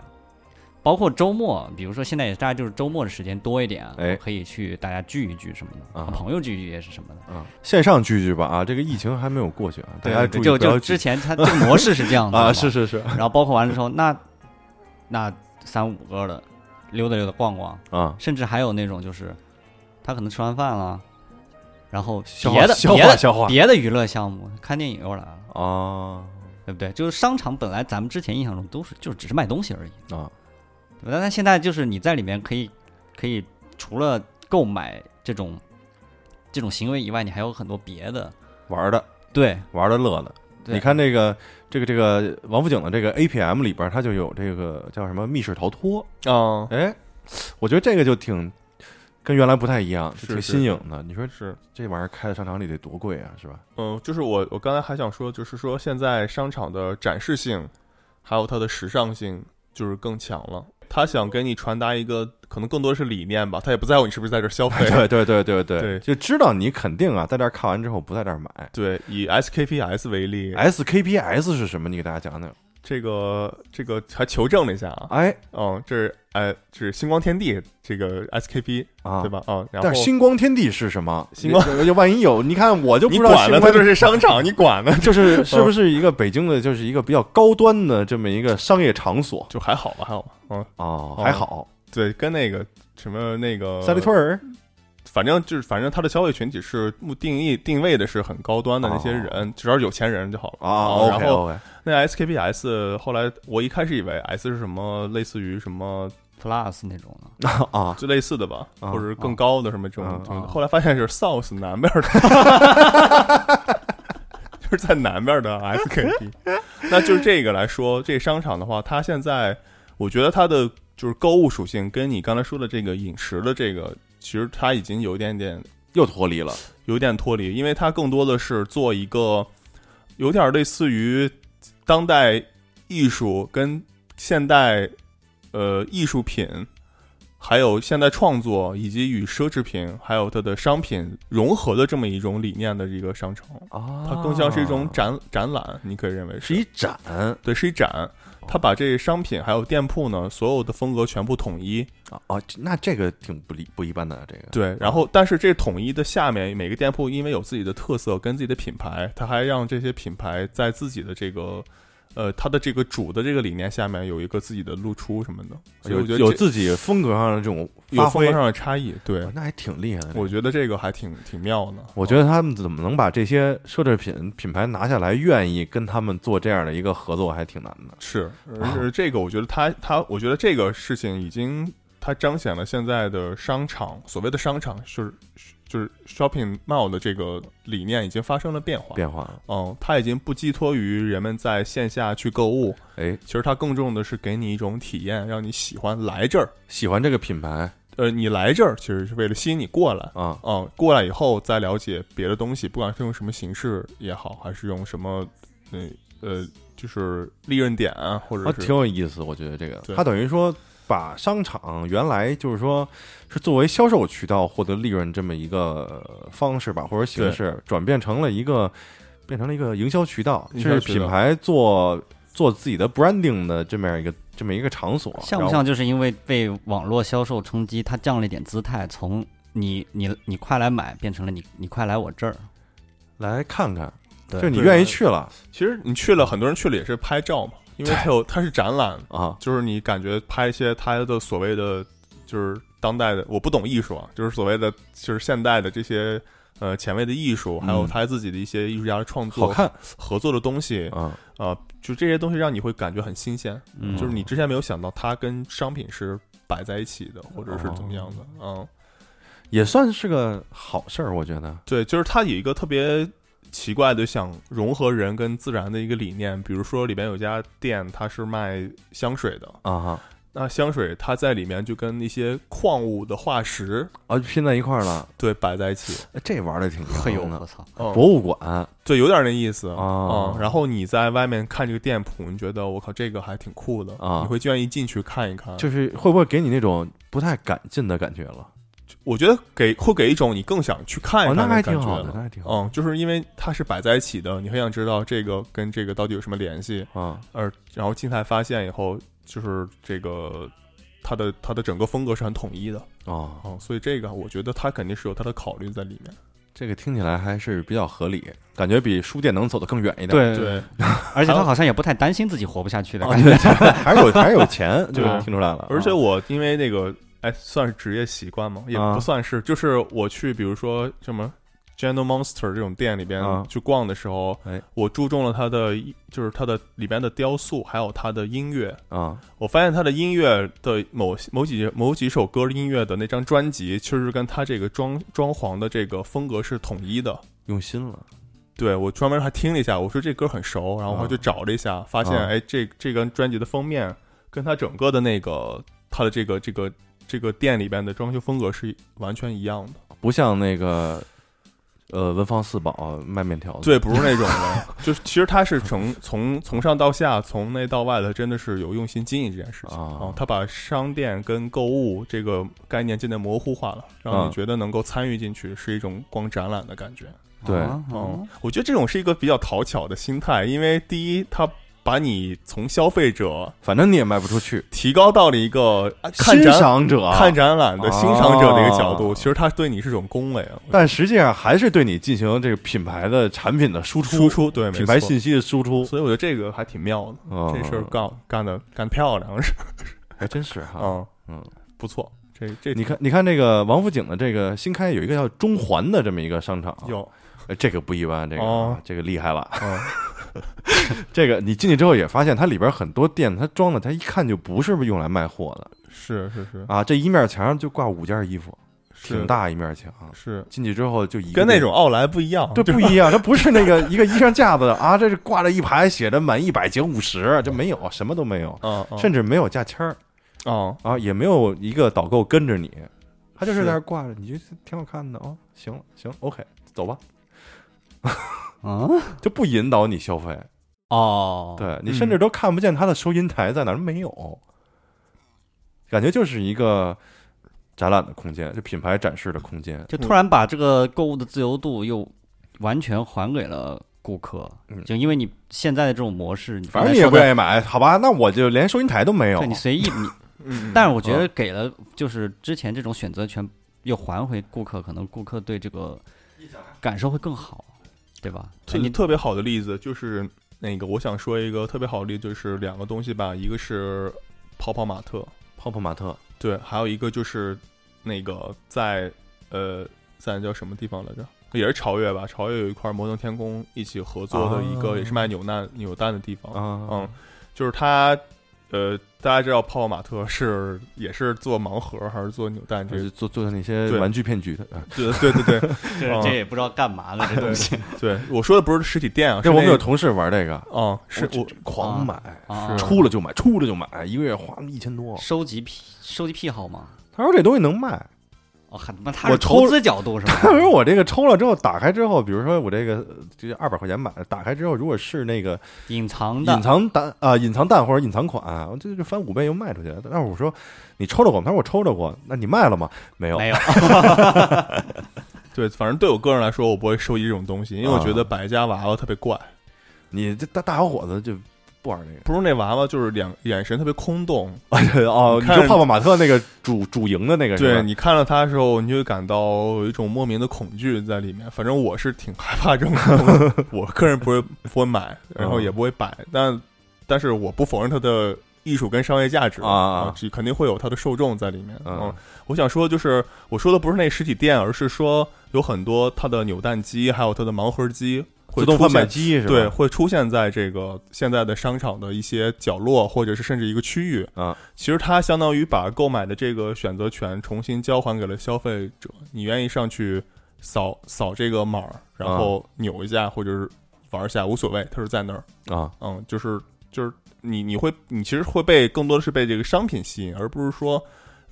包括周末，比如说现在也大家就是周末的时间多一点，
哎
可以去大家聚一聚什么的，
啊
和朋友聚一聚也是什么的。
啊，线上聚聚吧啊，这个疫情还没有过去啊，大家注意
就
不要
就
聚
之前它这个模式是这样的
啊，
嘛
是。是是
然后包括完了之后，那那三五个的溜达溜达逛逛，
啊
甚至还有那种就是他可能吃完饭了，然后
消化
别的
消
别
化
的
消化
别的娱乐项目，看电影又来了，
啊
对不对？就是商场本来咱们之前印象中都是就是只是卖东西而已，
啊，
对吧但它现在就是你在里面可以可以除了购买这种这种行为以外，你还有很多别的，
玩的
对，
玩的乐的。
对
你看这个这个这个王府井的这个 APM 里边，它就有这个叫什么密室逃脱，
啊，
哎，我觉得这个就挺跟原来不太一样，
是
挺
是
新颖的。你说
是，
这玩意儿开在商场里得多贵啊，是吧？
嗯，就是我我刚才还想说，就是说现在商场的展示性，还有它的时尚性，就是更强了。他想给你传达一个可能更多是理念吧，他也不在乎你是不是在这儿消费。
对对对对对
对
就知道你肯定啊，在这儿看完之后不在这儿买。
对，以 SKPS 为例，
哎 SKPS 是什么？你给大家讲讲。
这个这个还求证了一下啊，
哎
嗯，这是哎，这是星光天地这个 SKP
啊，
对？吧？嗯，然后
但是星光天地是什么？
星光
就就万一有，你看我就不
你
知道
管
星
了，
光
它
天
就
地
是商场，你管了，
就是 是不
嗯
是一个北京的，就是一个比较高端的这么一个商业场所
就还好吧，还好吧，嗯，嗯
哦，
哦
还好，
对，跟那个什么那个
三里屯儿
反正就是，反正他的消费群体是目定义定位的是很高端的那些人，只要是有钱人就好了
啊
然
，OK
后
OK，
那 SKPS 后来我一开始以为 S 是什么，类似于什么
Plus 那种的，
啊，
最类似的吧，
啊
或者是更高的什么这种
啊。
这种
啊
后来发现是 South 南边的， 就是在南边的 SKP。那就是这个来说，这商场的话，它现在我觉得它的就是购物属性跟你刚才说的这个饮食的这个，其实它已经有一点点
又脱离了
有点脱离，因为它更多的是做一个有点类似于当代艺术跟现代呃艺术品，还有现代创作以及与奢侈品还有它的商品融合的这么一种理念的一个商城，
啊
它更像是一种展展览，你可以认为
哦是一展
对，是一展。它把这商品还有店铺呢，所有的风格全部统一，
啊啊，那这个挺不理不一般的啊这个
对，然后但是这统一的下面每个店铺因为有自己的特色跟自己的品牌，它还让这些品牌在自己的这个呃它的这个主的这个理念下面有一个自己的露出什么的，所以
有
我觉得
有
这
自己风格上的这种
有
发
风
挥
格，上的差异。对
啊，那还挺厉害的。
我觉得这个还挺挺妙的。
我觉得他们怎么能把这些奢侈品品牌拿下来，愿意跟他们做这样的一个合作，还挺难的。
是，而这个我觉得它它，我觉得这个事情已经它彰显了现在的商场所谓的商场就是就是 shopping mall 的这个理念已经发生了变化。
变化了，
嗯，它已经不寄托于人们在线下去购物，
哎，
其实它更重的是给你一种体验，让你喜欢来这儿。
喜欢这个品牌
呃，你来这儿其实是为了吸引你过来，
啊，
嗯，过来以后再了解别的东西，不管是用什么形式也好，还是用什么，呃呃，就是利润点啊，或者
啊，
是、
挺有意思。我觉得这个，
对
它等于说把商场原来就是说是作为销售渠道获得利润这么一个呃方式吧，或者形式，转变成了一个变成了一个营销渠道，
营
这
销
嗯是
渠道
品牌做做自己的 branding 的这么样一个这么一个场所，
像不
然后
像就是因为被网络销售冲击，它降了一点姿态，从你你你快来买变成了你你快来我这儿，
来看看？
对
就你
对
愿意去了
其实你去了，很多人去了也是拍照嘛，因为它有它是展览，
啊
就是你感觉拍一些他的所谓的就是当代的，我不懂艺术啊，就是所谓的就是现代的这些呃前卫的艺术，还有
嗯
他自己的一些艺术家的创作、
好看
合作的东西啊、
啊，
呃就这些东西让你会感觉很新鲜，
嗯，
就是你之前没有想到它跟商品是摆在一起
哦
的，或者是怎么样的，嗯，
也算是个好事儿，我觉得。
对，就是它有一个特别。奇怪的想融合人跟自然的一个理念，比如说里边有家店，它是卖香水的，
啊哈
那香水它在里面就跟一些矿物的化石
啊，拼在一块儿了，
对摆在一起，
哎这玩的挺
哎呦
牛
我
的。
操，
博
嗯，
物馆
对，有点那意思
哦
嗯。然后你在外面看这个店铺，你觉得我靠，这个还挺酷的
啊
你会愿意进去看一看。
就是会不会给你那种不太敢进的感觉了？
我觉得给会给一种你更想去看
哦，
一
那
看
还
的感
挺
觉
好的，
了。
那还挺好
嗯，就是因为它是摆在一起的，你很想知道这个跟这个到底有什么联系，
啊。
而然后进来发现以后，就是这个它的它的整个风格是很统一的
哦，
哦、嗯所以这个我觉得它肯定是有它的考虑在里面。
这个听起来还是比较合理，感觉比书店能走得更远一点。
对，
对，
而且
还
他
有
好像也不太担心自己活不下去 的
啊，
感觉，
对，还是有还是有钱，
对
就听出来了。
而且我因为那个哎，算是职业习惯吗？也
啊
不算是，就是我去，比如说什么 General Monster 这种店里边
啊
去逛的时候，
哎
我注重了它的，就是它的里边的雕塑，还有它的音乐。
啊，
我发现它的音乐的某某几某几首歌音乐的那张专辑，其实跟它这个装装潢的这个风格是统一的。
用心了，
对我专门还听了一下，我说这歌很熟，然后我就找了一下，发现
啊
哎，这这张专辑的封面跟它整个的那个它的这个这个这个店里边的装修风格是完全一样的，
不像那个呃文房四宝卖面条的，
对，不是那种的， 就是其实它是从从从上到下，从内到外的，真的是有用心经营这件事情
啊
他把商店跟购物这个概念渐渐模糊化了，让
啊
你觉得能够参与进去是一种光展览的感觉。
对
啊
哦
嗯，我觉得这种是一个比较讨巧的心态，因为第一，它把你从消费者
反正你也卖不出去。
提高到了一个啊看
欣
展、
赏者啊，
看展览的欣赏者的一个角度，
啊
其实它对你是一种恭维啊。
但实际上还是对你进行这个品牌的产品的输出，
输出对没
品牌
错
信息的输出。
所以我觉得这个还挺妙的，
嗯
这事儿干干的干漂亮是
还真是哈，
啊，
嗯，
不错，这这
你看，你看这个王府井的这个新开有一个叫中环的这么一个商场，
有
呃这个不一般，这个、啊
哦
这个厉害了。
嗯
这个你进去之后也发现，它里边很多店，它装的它一看就不是用来卖货的
是是是
啊。这一面墙上就挂五件衣服，
是
挺大一面墙。啊
是，
进去之后就一个
跟那种奥莱不一样，
对不一样，它不是那个一个衣裳架子啊，这是挂着一排写着满一百减五十，就没有什么都没有，
啊啊
甚至没有价签儿
啊，
啊，也没有一个导购跟着你，他就是
是
在那儿挂着，你觉得挺好看的哦，行行，OK，走吧，
啊
就不引导你消费，
哦，
对你
嗯
甚至都看不见他的收银台在哪儿，没有，感觉就是一个展览的空间，就品牌展示的空间，
就突然把这个购物的自由度又完全还给了顾客，
嗯
就因为你现在的这种模式，你
反正你也
刚才说
不
的
愿意买，好吧，那我就连收银台都没有
对，你 随意你，
嗯，
但是我觉得给了就是之前这种选择权又还回顾客，可能顾客对这个感受会更好，对吧？
特
你
特别好的例子就是那个，我想说一个特别好的例子，就是两个东西吧，一个是泡泡玛特，
泡泡玛特
对，还有一个就是那个在呃在叫什么地方来着？也是潮越吧，潮越有一块摩登天空一起合作的一
啊
个，也是卖扭蛋扭蛋的地方。
啊，
嗯，就是它，呃，大家知道泡泡玛特是也是做盲盒还是做扭蛋这
就
个
是？做做的那些
对
玩具骗局的。嗯啊
对对对对
这这也不知道干嘛了，这东西
对，我说的不是实 体店啊，是
这我们
那
有
个
同事玩这个，
嗯，是我
狂买，
啊，
是
出了就买，出了就买，一个月花一千多。
收集癖收集癖好吗？
他说这东西能卖，
哦，还那他
我
是投
抽
资角度是吧？
他说我这个抽了之后，打开之后，比如说我这个呃这二百块钱买的，打开之后如果是那个
隐藏的
隐藏单啊、隐藏单或者隐藏款，我这就翻五倍又卖出去了。但是我说你抽着过吗？他说我抽着过，那你卖了吗？没有，
没有，
对，反正对我个人来说，我不会收集这种东西，因为我
啊
觉得百家娃娃特别怪，
你这大大小伙子就不玩这个。
不如那娃娃就是两眼神特别空洞。
哦，你
看
说泡泡玛特那个主主营的那个是
对
吧？
你看到它的时候，你就会感到有一种莫名的恐惧在里面。反正我是挺害怕这种东西， 我个人不会不会买，然
嗯
后也不会摆，但但是我不否认它的艺术跟商业价值
啊啊啊
只肯定会有它的受众在里面。
嗯，
我想说，就是我说的不是那实体店，而是说有很多它的扭蛋机，还有它的盲盒机。会
自动
出
贩卖
现
机是吧？
对，会出现在这个现在的商场的一些角落，或者是甚至一个区域。
啊，
其实它相当于把购买的这个选择权重新交还给了消费者。你愿意上去扫扫这个码儿，然
啊
后扭一下，或者是玩一下，无所谓，它是在那儿。
啊，
嗯，就是就是你你会你其实会被更多的是被这个商品吸引，而不是说。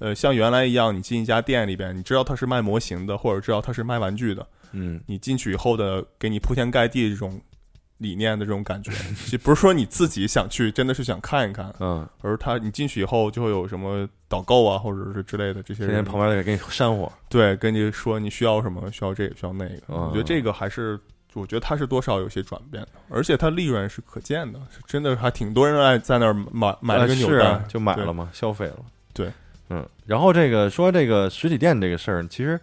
呃，像原来一样，你进一家店里边，你知道它是卖模型的，或者知道它是卖玩具的，
嗯。
你进去以后的给你铺天盖地这种理念的这种感觉， 其实不是说你自己想去，真的是想看一看，
嗯，
而他你进去以后就会有什么导购啊，或者是之类的这些
天天
人
旁边那个给你煽火，
对跟你说你需要什么，需要这个，需要那个。
嗯
我觉得这个还是，我觉得它是多少有些转变的，而且它利润是可见的，是真的还挺多人爱在那儿买买了
呃
个扭
是
蛋，
啊就买了嘛，消费了。
对，
嗯，然后这个说这个实体店这个事儿，其实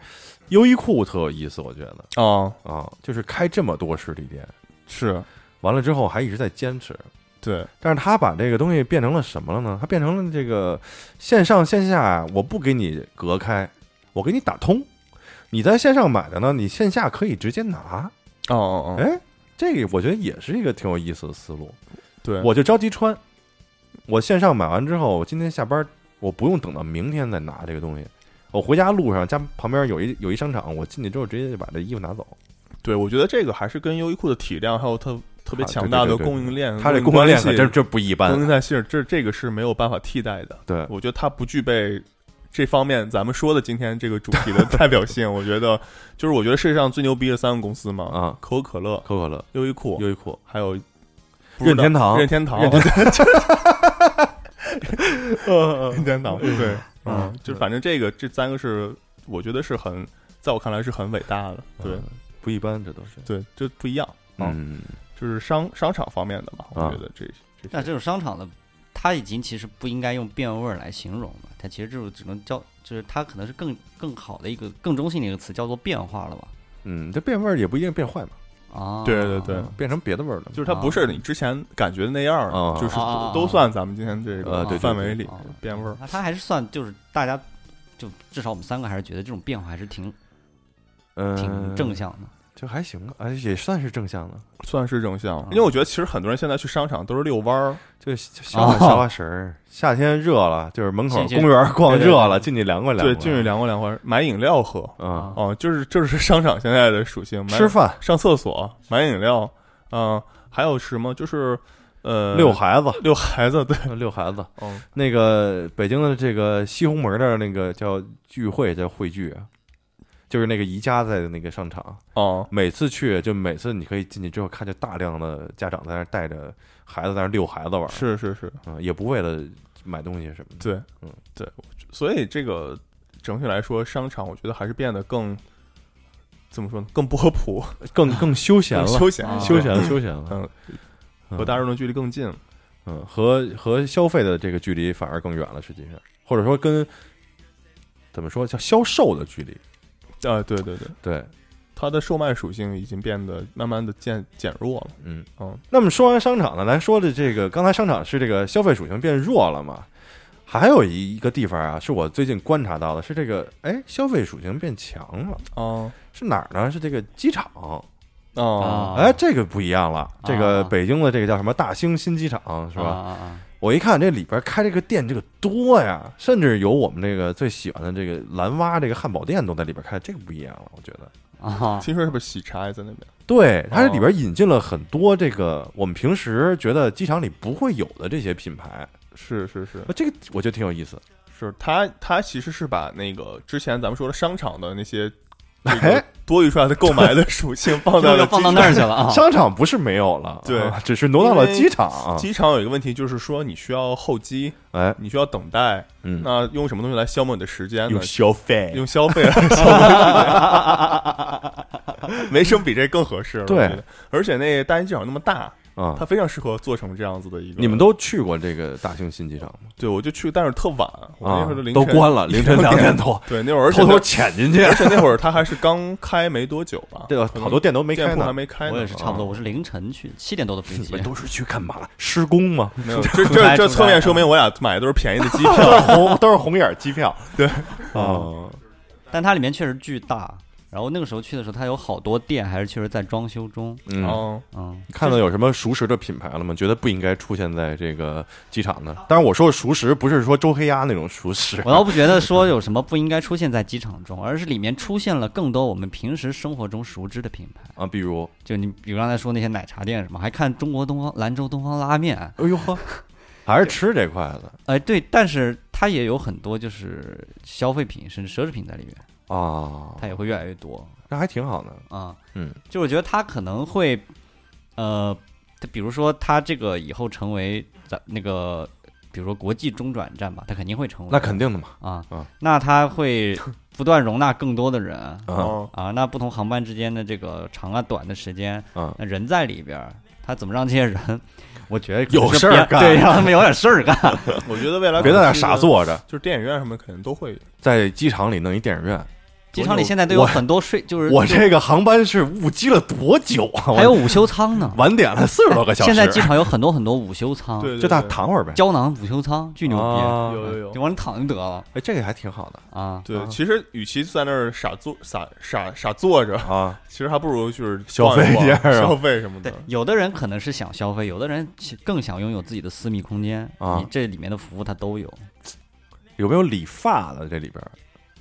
优衣库特有意思，我觉得
对啊、
啊，就是开这么多实体店，
是
完了之后还一直在坚持，
对，
但是他把这个东西变成了什么了呢？他变成了这个线上线下，我不给你隔开，我给你打通。你在线上买的呢，你线下可以直接拿。
哦哦哦，
哎，这个我觉得也是一个挺有意思的思路。
对，
我就着急穿，我线上买完之后，我今天下班我不用等到明天再拿这个东西。我回家路上，家旁边有一有一商场，我进去之后直接就把这衣服拿走。
对我觉得这个还是跟优衣库的体量还有它特别
啊
强
对
大
对
的
对对
供应链，
他这
供
供应
应
链
关
可
系
真这不一
供
般
应。链系这这个是没有办法替代的。
对，
我觉得它不具备这方面咱们说的今天这个主题的代 表性。我觉得就是我觉得世界上最牛逼的三个公司嘛，
啊，
可口可乐、
可口可乐、
优衣库，
优衣库、
还有不知
任天
道
堂、
任天堂，
任
任天堂，嗯对，嗯
嗯，
就反正这个这三个是我觉得是很，在我看来是很伟大的，对
嗯不一般，这都是。
对，就不一样，
嗯，
就是商商场方面的吧，我
啊
觉得这这
但
是
这种商场的，它已经其实不应该用变味儿来形容了，它其实这种只能叫，就是它可能是更更好的一个更中性的一个词，叫做变化了吧？
嗯，这变味儿也不一定变坏嘛，
啊，
对对对
嗯变成别的味儿了。
就是它不是你之前感觉的那样
啊
儿，就是
啊啊啊
都都算咱们今天这
呃
个
对对
范围里
啊
变味儿。
那它还是算就是大家，就至少我们三个还是觉得这种变化还是挺
嗯，
挺正，向的。
就还行吧，哎，也算是正向的，
算是正向
啊，
因为我觉得其实很多人现在去商场都是遛弯儿，
就消化
哦
消化神儿。夏天热了，就是门口
进去
公园逛
对对
热了，进去凉快凉快。
对，进去凉快凉快，买饮料喝，
嗯，
哦，就是就是商场现在的属性，买
吃饭、
上厕所、买饮料，嗯、还有什么就是呃
遛孩哦子，
遛孩子，对，
遛孩子。
嗯，
那个北京的这个西红门的那个叫聚会，叫汇聚啊，就是那个宜家在的那个商场。
哦，
每次去，就每次你可以进去之后，看见大量的家长在那儿带着孩子在那儿遛孩子玩儿，
是是是，
嗯，也不为了买东西什么的。
对，
嗯
对，所以这个整体来说，商场我觉得还是变得更怎么说呢？更波普、
更更休闲
更
了，
休闲、
啊
休闲了，休闲了，
嗯，
嗯
和大众的距离更近。
嗯，和和消费的这个距离反而更远了，实际上，或者说跟怎么说叫销售的距离，
啊，对对对，
对，
它的售卖属性已经变得慢慢的减减弱了。
嗯
嗯。
那么说完商场呢，咱说的这个，刚才商场是这个消费属性变弱了嘛？还有一一个地方啊，是我最近观察到的，是这个哎，消费属性变强了，
哦
是哪儿呢？是这个机场，
哦
啊
哎，这个不一样了。这个
啊
北京的这个叫什么大兴新机场是
啊
吧？
啊啊！
我一看这里边开这个店，这个多呀，甚至有我们这个最喜欢的这个蓝蛙这个汉堡店都在里边开，这个不一样了，我觉得。
啊，
听说是不是喜茶也在那边？
对，它这
哦
里边引进了很多这个我们平时觉得机场里不会有的这些品牌，
是是是
那这个我觉得挺有意思。
是，它它其实是把那个之前咱们说的商场的那些这个
哎，
多余出来的购买的 属性放到
就
了
放到那儿去了 啊。
商场不是没有了，
对
啊只是挪到了机场啊。
机场有一个问题，就是说你需要候机，
哎，
你需要等待，
嗯，
那用什么东西来消磨你的时间呢？
消费，
用消费来消 磨时间，没什么比这更合适了。
对
我觉得，而且那大兴机场那么大，
啊
它。非常适合做成这样子的一个。
你们都去过这个大兴新机场吗？
对我就去，但是特晚，我那
啊
会儿都凌，
都
晨
关了，凌晨两点多，
对，那会儿而且
偷偷
那
潜进 去，
而且那会儿它还是刚开没多久吧，
这个
可能
啊好多店都没
店
开
铺还
呢。
没开呢，啊
我也是差不多，我是凌晨去，七点多的飞
你
机
们。都哦是去干嘛？施工吗？
没有，这这这侧面说明我俩买的都是便宜的机票。
都 是红，都是红眼机票。
对，
啊，
但它里面确实巨大。然后那个时候去的时候，它有好多店还是确实在装修中。
嗯，
哦，
嗯，
看到有什么熟食的品牌了吗？觉得不应该出现在这个机场的。当然，我说的熟食不是说周黑鸭那种熟食
我，倒不觉得说有什么不应该出现在机场中，而是里面出现了更多我们平时生活中熟知的品牌。
啊，比如，
就你比如刚才说那些奶茶店什么，还看中国东方兰州东方拉面，
哎呦呵，还是吃这块的
哎对，但是它也有很多就是消费品甚至奢侈品在里面，
啊，
它也会越来越多
那还挺好的。
啊。
嗯，
就我觉得它可能会，呃，它比如说它这个以后成为咱那个，比如说国际中转站吧，它肯定会成为
那肯定的嘛，
啊
啊，
那它会不断容纳更多的人。
啊
哦，
啊，那不同航班之间的这个长啊短的时间，
啊，
那人在里边儿，他怎么让这些人？ 我觉得可
有
能是
事儿
别
干
对，让他们有点事儿干。
我觉得未来
别在那儿
可能是
傻，坐着，
就是电影院什么肯定都会有。
在机场里弄一电影院，
机场里现在都有很多睡，就是
我这个航班是误机了多久啊？
还有午休舱呢，
晚点了四十多个小时。
现在机场有很多很多午休舱，
对，对
啊就大
对
躺会儿呗，
胶囊午休舱巨牛逼，
啊
有有有
就。 往里躺就得了
哎，这个还挺好的
啊。
对
啊，
其实与其在那儿傻坐傻傻傻坐着，
啊。
其实还不如就是
消费
逛
一下
逛
啊
消费什么的
对。，有的人可能是想消费，有的人其更想拥有自己的私密空间
啊
你这里面的服务它都有。
有没有理发的这里边儿？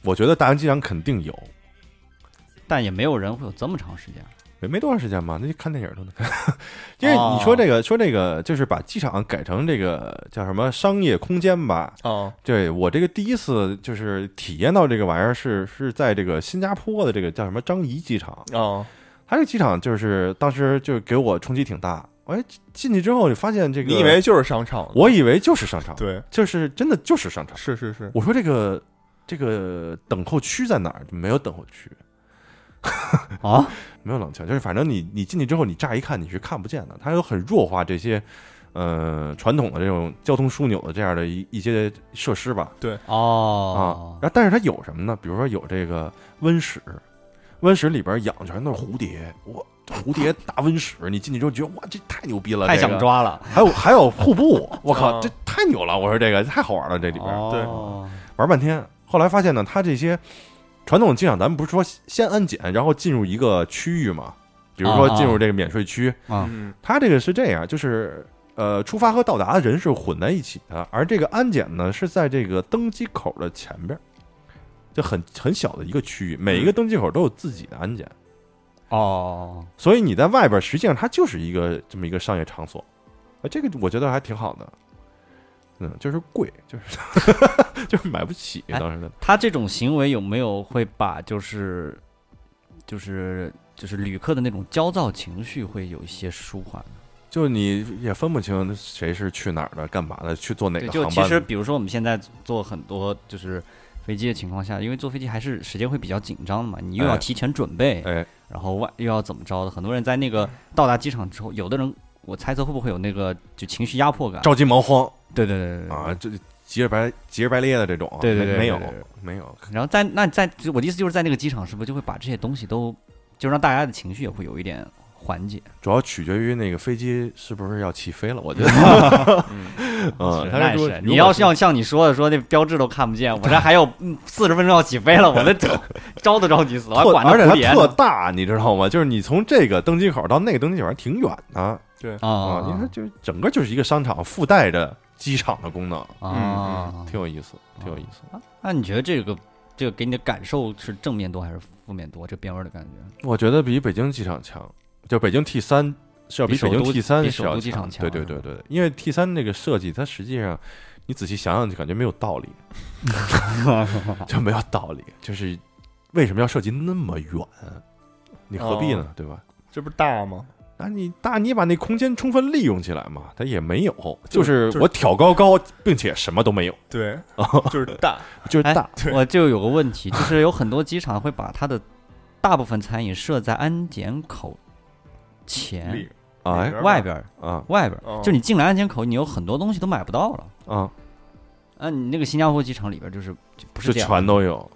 我觉得大洋机场肯定有，
但也没有人会有这么长 时间。
没没多长时间吧，那就看电影都能看。 因为你
哦
说这个，说这个，就是把机场改成这个叫什么商业空间吧？
啊，
对我这个第一次就是体验到这个玩意儿是是在这个新加坡的这个叫什么樟宜机场，
啊，
它这个机场就是当时就给我冲击挺大。哎，进去之后就发现这个，
你以为就是商场呢？
我以为就是商场，
对，
就是真的就是商场。
是是是，
我说这个这个等候区在哪儿？没有等候区，
啊，
没有冷却，就是反正你你进去之后，你乍一看你是看不见的，它有很弱化这些。呃，传统的这种交通枢纽的这样的一一些设施吧，啊
哦，，
然后但是它有什么呢？比如说有这个温室，温室里边养全都是蝴蝶，哇，蝴蝶大温室，你进去之后觉得哇，这太牛逼了，
太
这个
想抓了，
还有还有瀑布，我靠，
啊
这太牛了！我说这个太好玩了，这里边、
哦
对
玩半天。后来发现呢，它这些传统机场，咱们不是说先安检，然后进入一个区域嘛？比如说
啊啊
进入这个免税区，
啊
嗯，
它这个是这样，就是呃，出发和到达的人是混在一起的，而这个安检呢是在这个登机口的前边儿，就很很小的一个区域，
嗯
每一个登机口都有自己的安检，
哦，
所以你在外边儿实际上它就是一个这么一个商业场所，啊，这个我觉得还挺好的。嗯，就是贵，就是 就是买不起
哎
当时的，
他这种行为有没有会把就是就是就是旅客的那种焦躁情绪会有一些舒缓？
就是你也分不清谁是去哪儿的、干嘛的，去坐哪
对，
个
就
航
其
班
实
的。
比如说我们现在坐很多就是飞机的情况下，因为坐飞机还是时间会比较紧张的嘛，你又要
哎
提前准备，
哎，
然后外又要怎么着的，很多人在那个到达机场之后，有的人我猜测会不会有那个就情绪压迫感？
着急忙慌
对对对对对
啊，这急着白急着白咧的这种啊，
对对对
没没
对
有
对对
没有，
然后在那在就我的意思就是在那个机场，是不是就会把这些东西都，就让大家的情绪也会有一点缓解？
主要取决于那个飞机是不是要起飞了，我觉得， 嗯，他
那
如果
是你要像像你说的说那标志都看不见，我这还有嗯四十分钟要起飞了， 我这着都着急死了，我还
特，
管它
而且
蝴
它
蝶
特
呢
大，你知道吗？就是你从这个登机口到那个登机口还挺远的啊，
啊
你 看就是整个就是一个商场附带着机场的功能，
啊
嗯
啊！
挺有意思，挺有意思。
那你觉得这个这个给你的感受是正面多还是负面多？这变味儿的感 觉
我觉得比北京机场强，就北京 T 三是要
比首
北
都
京 T 三
比
是
首
要
都机场强
对对对对，对因为 T 三那个设计，它实际上你仔细想想就感觉没有道理，就没有道理，就是为什么要设计那么远？你何必呢？对吧？
这不是大吗？
那你大你把那空间充分利用起来嘛，它也没有，就
就是就是
我挑高高，并且什么都没有，
对，就是大。
就是
哎
大。
我就有个问题，就是有很多机场会把它的大部分餐饮设在安检口前
里
哎
外边儿。
啊
外边
哦
儿，就你进了安检口，你有很多东西都买不到了。
啊，
啊，你那个新加坡机场里边就是就不
就是
这样
全都有。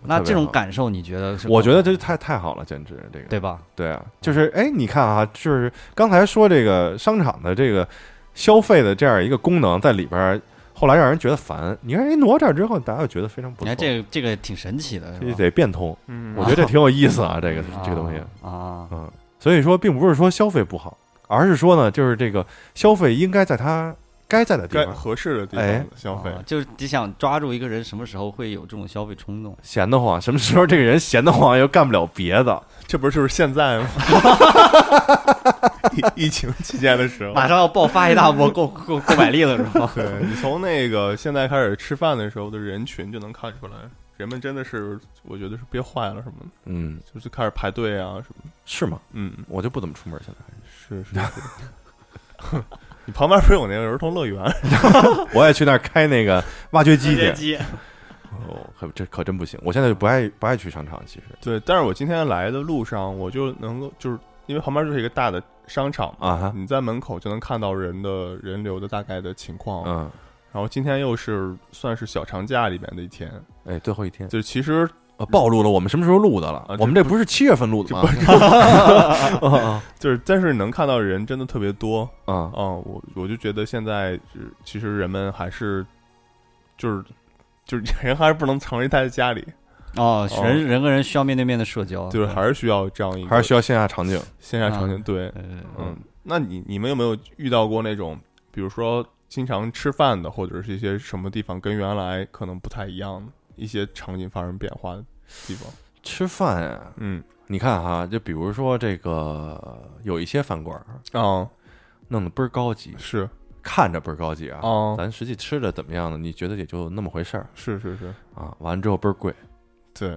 那
特别
这种
好
感受，你觉得是？哦
我觉得这太太好了，简直这个。
对吧？
对啊，就是哎，你看啊，就是刚才说这个商场的这个消费的这样一个功能在里边儿，后来让人觉得烦。你看，哎，挪这儿之后，大家就觉得非常不
你
错，
看这个这个挺神奇的，
这
是吧？
得变通。
嗯
我觉得这挺有意思啊，这个
啊
这个东西，
啊，
嗯，所以说并不是说消费不好，而是说呢，就是这个消费应该在它该在的地
该
方，
合适的地哦
哎
方消费
啊，就是你想抓住一个人什么时候会有这种消费冲动？
闲得慌。什么时候这个人闲得慌又干不了别的，
这不是就是现在吗？ 疫疫情期间的时候，
马上要爆发一大波购购购买力了，是 吧？
对你从那个现在开始吃饭的时候的人群就能看出来，人们真的是，我觉得是憋坏了什么的，
嗯，
就是开始排队啊什么的。
是吗？
嗯，
我就不怎么出门现在，
是是是。 你旁边不是有那个儿童乐园？
我也去那儿开那个挖掘机去。
机
哦，可这可真不行，我现在就不爱不爱去商场，其实
对，但是我今天来的路上，我就能够就是因为旁边就是一个大的商场嘛，
啊哈，
你在门口就能看到人的人流的大概的情况。
嗯，
然后今天又是算是小长假里面的一天，
哎，最后一天
就其实
呃暴露了我们什么时候录的了
啊。
我们这不是七月份录的吗？ 啊
就是但是能看到人真的特别多，
啊
嗯，我我就觉得现在是其实人们还是就是就是 人还是不能成为待在家里，
哦，
哦
人人和人需要面对面的社交，嗯
就是还是需要这样一
嗯
个
还是需要线下场景。
线下场景。
啊
对，
呃
嗯，那你你们有没有遇到过那种，比如说经常吃饭的，或者是一些什么地方跟原来可能不太一样的一些场景发生变化的地方？
吃饭呀，
嗯，
你看哈，就比如说这个有一些饭馆儿
啊，
弄得倍儿高级，
是
看着倍儿高级啊，
啊，
咱实际吃的怎么样呢？你觉得也就那么回事儿
是是是，
啊，完了之后倍儿贵。
对，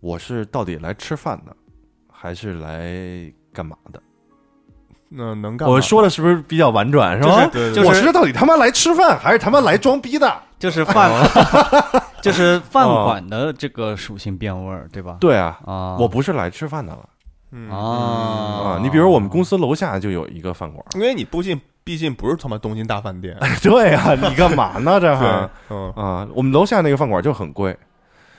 我是到底来吃饭的，还是来干嘛的？
那能干嘛？
我说的是不是比较婉转是吧？
对，对
就
对
我是到底他妈来吃饭，还是他妈来装逼的？
就是饭，
哦
就是饭馆的这个属性变味儿，对吧？
对啊，
啊，
我不是来吃饭的了
嗯
啊
啊！你比如我们公司楼下就有一个饭馆儿，
嗯因为你不进，毕竟不是他妈东京大饭店，
对啊，你干嘛 呢？这还
对，嗯，
啊，我们楼下那个饭馆就很贵，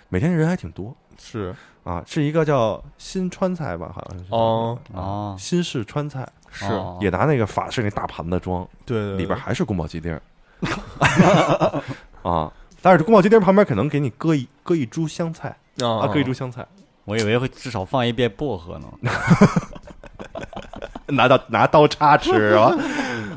每天人还挺多
是
啊，是一个叫新川菜吧，好像是
哦，
啊
哦
新式川菜
是，
哦
也拿那个法式那大盘子装，
对对，对
里边还是宫保鸡 丁儿啊，但是宫保鸡丁儿旁边可能给你搁一搁一株香菜
啊
哦
啊，搁一株香菜，
我以为会至少放一遍薄荷呢。
拿刀拿刀叉吃是 吧？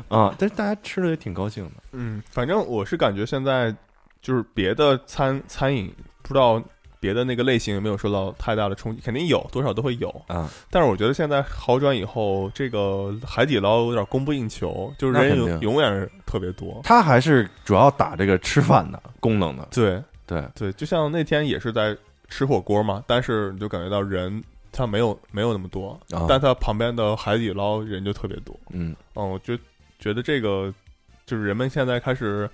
啊，但是大家吃的也挺高兴的，
嗯，反正我是感觉现在就是别的餐餐饮，不知道别的那个类型有没有受到太大的冲击，肯定有，多少都会有。
啊，
但是我觉得现在好转以后，这个海底捞有点供不应求，就是
那
人
肯
永
定
永远是特别多。
他还是主要打这个吃饭的功能的，
对
对，
对，就像那天也是在吃火锅嘛，但是你就感觉到人他没有没有那么多，
啊
但他旁边的海底捞人就特别多。
嗯，
嗯，我就觉得这个就是人们现在开始，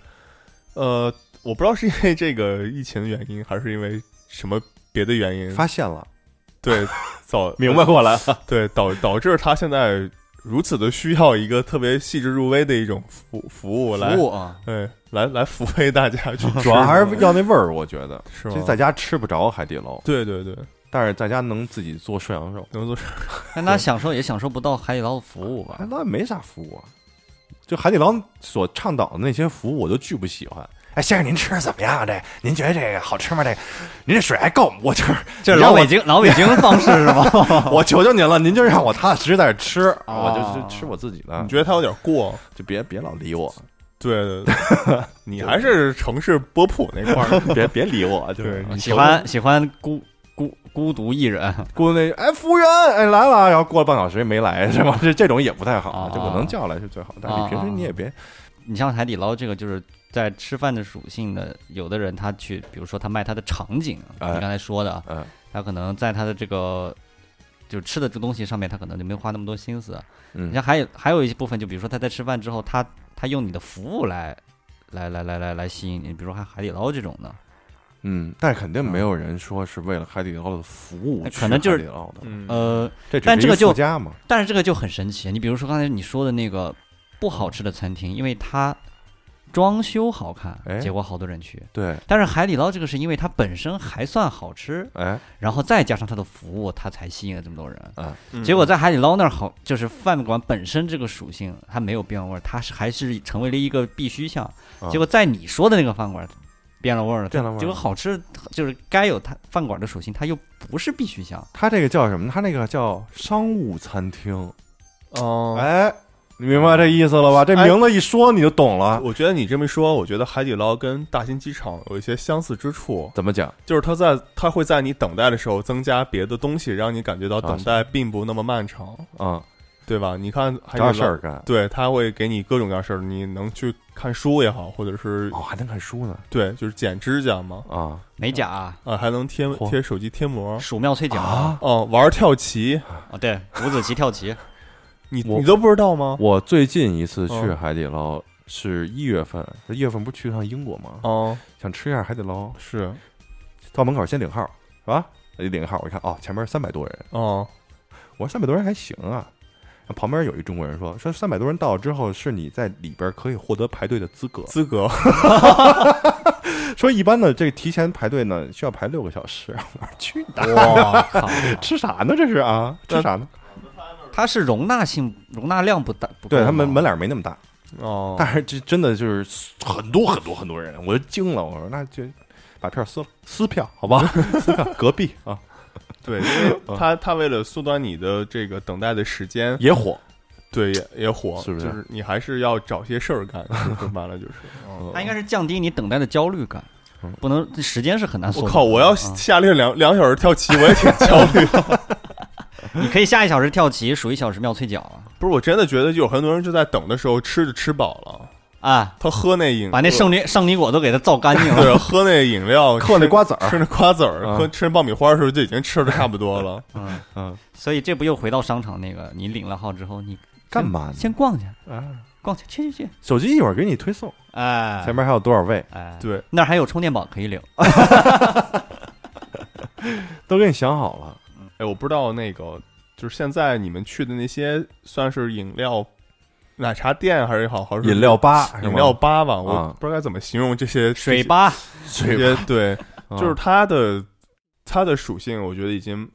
呃，我不知道是因为这个疫情的原因，还是因为什么别的原因，
发现了，
对，导
明白过来了。
对导导致他现在如此的需要一个特别细致入微的一种服服务来，
服务啊，
对，来来抚慰大家 去吃，
主要还是要那味儿，我觉得。
是
这
吗？
在家吃不着海底捞，
对对对，
但是在家能自己做涮羊肉，
能做
但他享受也享受不到海底捞的服务吧
海？底捞也哎没啥服务啊。就海底捞所倡导的那些服务，我都巨不喜欢。哎，先生，您吃的怎么样啊？这您觉得这个好吃吗？这个您这水还够吗？我 就是
这是
你让
老
我
北京老北京方式是 吗？
我求求您了，您就让我踏踏实实在这儿吃啊！
啊
我就就吃我自己的，
你觉得他有点过？
就别别老理我，
对对对，你还是城市波普那块儿，
别别理我，就是
对你
喜欢喜欢孤孤孤独一人
雇那哎服务员哎来了，然后过了半小时也没来是吧？这这种也不太好
啊，
就我能叫来是最好，但是你
啊
平时你也别
你像海底捞这个，就是在吃饭的属性的，有的人他去，比如说他卖他的场景，
哎
你刚才说的，
嗯
他可能在他的这个就吃的这个东西上面，他可能就没花那么多心思。
嗯
哦你像还有还有一些部分，就比如说他在吃饭之后，他他用你的服务来来来来来来吸引你，比如说还海底捞这种的，
嗯，但肯定没有人说是为了海底捞的服务
那
去
哎可能就是
海底捞的，
嗯
呃，
这只
但
是
这
一
个就
附加嘛，
但是这个就很神奇。你比如说刚才你说的那个不好吃的餐厅，因为它装修好看
哎，
结果好多人去。
对，
但是海底捞这个是因为它本身还算好吃，
哎，
然后再加上它的服务，它才吸引了这么多人。
嗯
结果在海底捞那儿好，就是饭馆本身这个属性它没有变味儿，它是还是成为了一个必须项
啊。
结果在你说的那个饭馆变了味儿了，
变了味儿
结果
了
好吃就是该有它饭馆的属性，它又不是必须项。
他这个叫什么？他那个叫商务餐厅，
哦
哎，你明白这意思了吧？这
哎
名字一说你就懂了，
我觉得你这么一说，我觉得海底捞跟大兴机场有一些相似之处，
怎么讲？
就是它在它会在你等待的时候增加别的东西，让你感觉到
啊
等待并不那么漫长，
嗯，
对吧？你看海
找点
底
事
捞
儿，干。
对，它会给你各种各样的事儿，你能去看书也好，或者是
哦，还能看书呢
对，就是剪指甲嘛，
啊！
美甲啊、
啊，还能贴
嚯
贴手机贴
哦
膜，
鼠庙脆角
啊
哦，玩跳棋，
啊对，五子棋跳棋，
你
我
你都不知道吗？
我最近一次去
嗯
海底捞是一月份，一月份不是去趟英国吗？
哦，
想吃一下海底捞，
是，
到门口先领号，是吧？一领号，我一看哦，前面三百多人，
哦，
我说三百多人还行啊。旁边有一中国人说，说三 百多人到了之后，是你在里边可以获得排队的资格。
资格，
说一般的这个提前排队呢，需要排六个小时。去你大爷！
哇靠！
吃啥呢？这是啊，吃啥呢？
它是容纳性容纳量不大，不够
对，他
吗
门门脸没那么大，
哦，
但是这真的就是很多很多很多人，我就惊了。我说那就把票撕了，撕票好 吧？撕票隔壁啊
对，因为他他为了缩短你的这个等待的时间，
也火，
对也也火，
是不是
就是你还是要找些事儿 干，说白了就是。嗯
它应该是降低你等待的焦虑感
嗯，
不能这时间是很难缩
我
短的。
靠！我要
啊
下令两两小时跳棋，我也挺焦虑的。
你可以下一小时跳棋，数一小时妙脆角啊！
不是，我真的觉得有很多人就在等的时候吃着吃饱了，
啊，
他喝那饮
把那
剩
圣女圣女果都给它造干净 了。
对喝那饮料，
嗑那
吃
瓜子儿。
吃那瓜子儿，
啊
喝吃那爆米花的时候就已经吃的差不 多了。
嗯，
嗯，
所以这不又回到商场那个，你领了号之后，你
干嘛呢？
先逛去，
啊，
逛去，去去去，
手机一会儿给你推送，
哎，
前面还有多少位
哎，
对，
那儿还有充电宝可以领。
都给你想好了。
哎，我不知道那个，就是现在你们去的那些算是饮料、奶茶店还是好，还是
饮料吧，
饮料
吧
吧吧，
啊
我不知道该怎么形容这些
水，吧，
这
水嗯
些这些对，
吧啊
就是它的它的属性，我觉得已经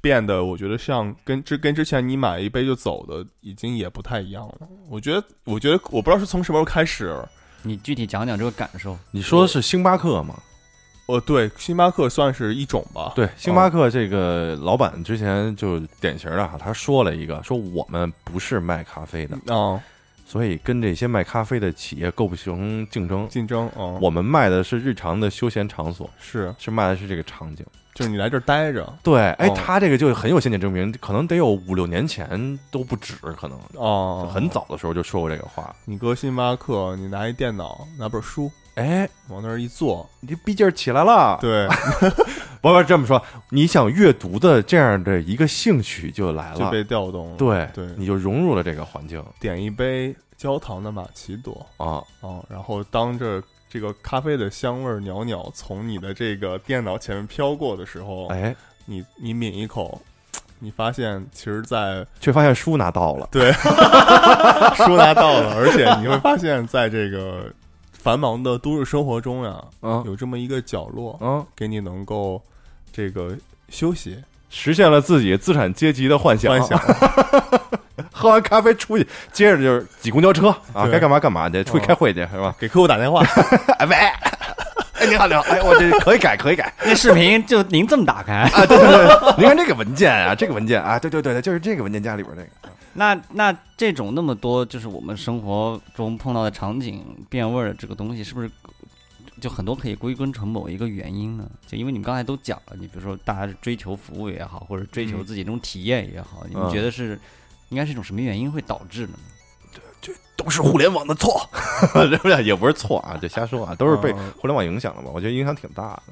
变得，我觉得像跟之跟之前你买一杯就走的，已经也不太一样了。我觉得，我觉得我不知道是从什么时候开始，
你具体讲讲这个感受。
你说是星巴克吗？哦
呃，对，星巴克算是一种吧。
对，星巴克这个老板之前就典型的哈，他说了一个，说我们不是卖咖啡的，
嗯，
所以跟这些卖咖啡的企业构不成竞争。
竞争，嗯，
我们卖的是日常的休闲场所，
是，
是卖的是这个场景。
就是你来这儿待着，
对，哎，
哦
他这个就很有先见之明，可能得有五六年前都不止，可能
哦，
很早的时候就说过这个话。
你搁星巴克，你拿一电脑，拿本书，
哎，
往那儿一坐，啊
你这逼劲儿起来了，
对，
不是这么说，你想阅读的这样的一个兴趣就来
就
了，
被调动了。，
对
对
你就融入了这个环境
点一杯焦糖的玛奇朵，
啊。
哦，然后当着这个咖啡的香味儿袅袅从你的这个电脑前面飘过的时候，
哎，
你你抿一口，你发现其实在
却发现书拿到了，
书拿到了，而且你会发现在这个繁忙的都市生活中呀、
嗯
有这么一个角落，
嗯，
给你能够这个休息
实现了自己资产阶级的幻想。
幻想，
喝完咖啡出去，接着就是挤公交车啊，
对
该干嘛干嘛去，出去开会去是吧？
给客户打电话，
哎喂，哎您好，您好，哎我这可以改可以改
那视频就您这么打开，
啊，对对对，您看这个文件啊，这个文件啊，对对对对，就是这个文件夹里边这个，
那那这种那么多就是我们生活中碰到的场景变味儿的这个东西，是不是就很多可以归根成某一个原因呢？就因为你们刚才都讲了，你比如说大家是追求服务也好，或者追求
嗯
自己这种体验也好，你们
嗯
觉得是应该是一种什么原因会导致的呢？
都是互联网的错， 是不是？也不是错啊，这瞎说啊，都是被
嗯
互联网影响了吧？我觉得影响挺大的。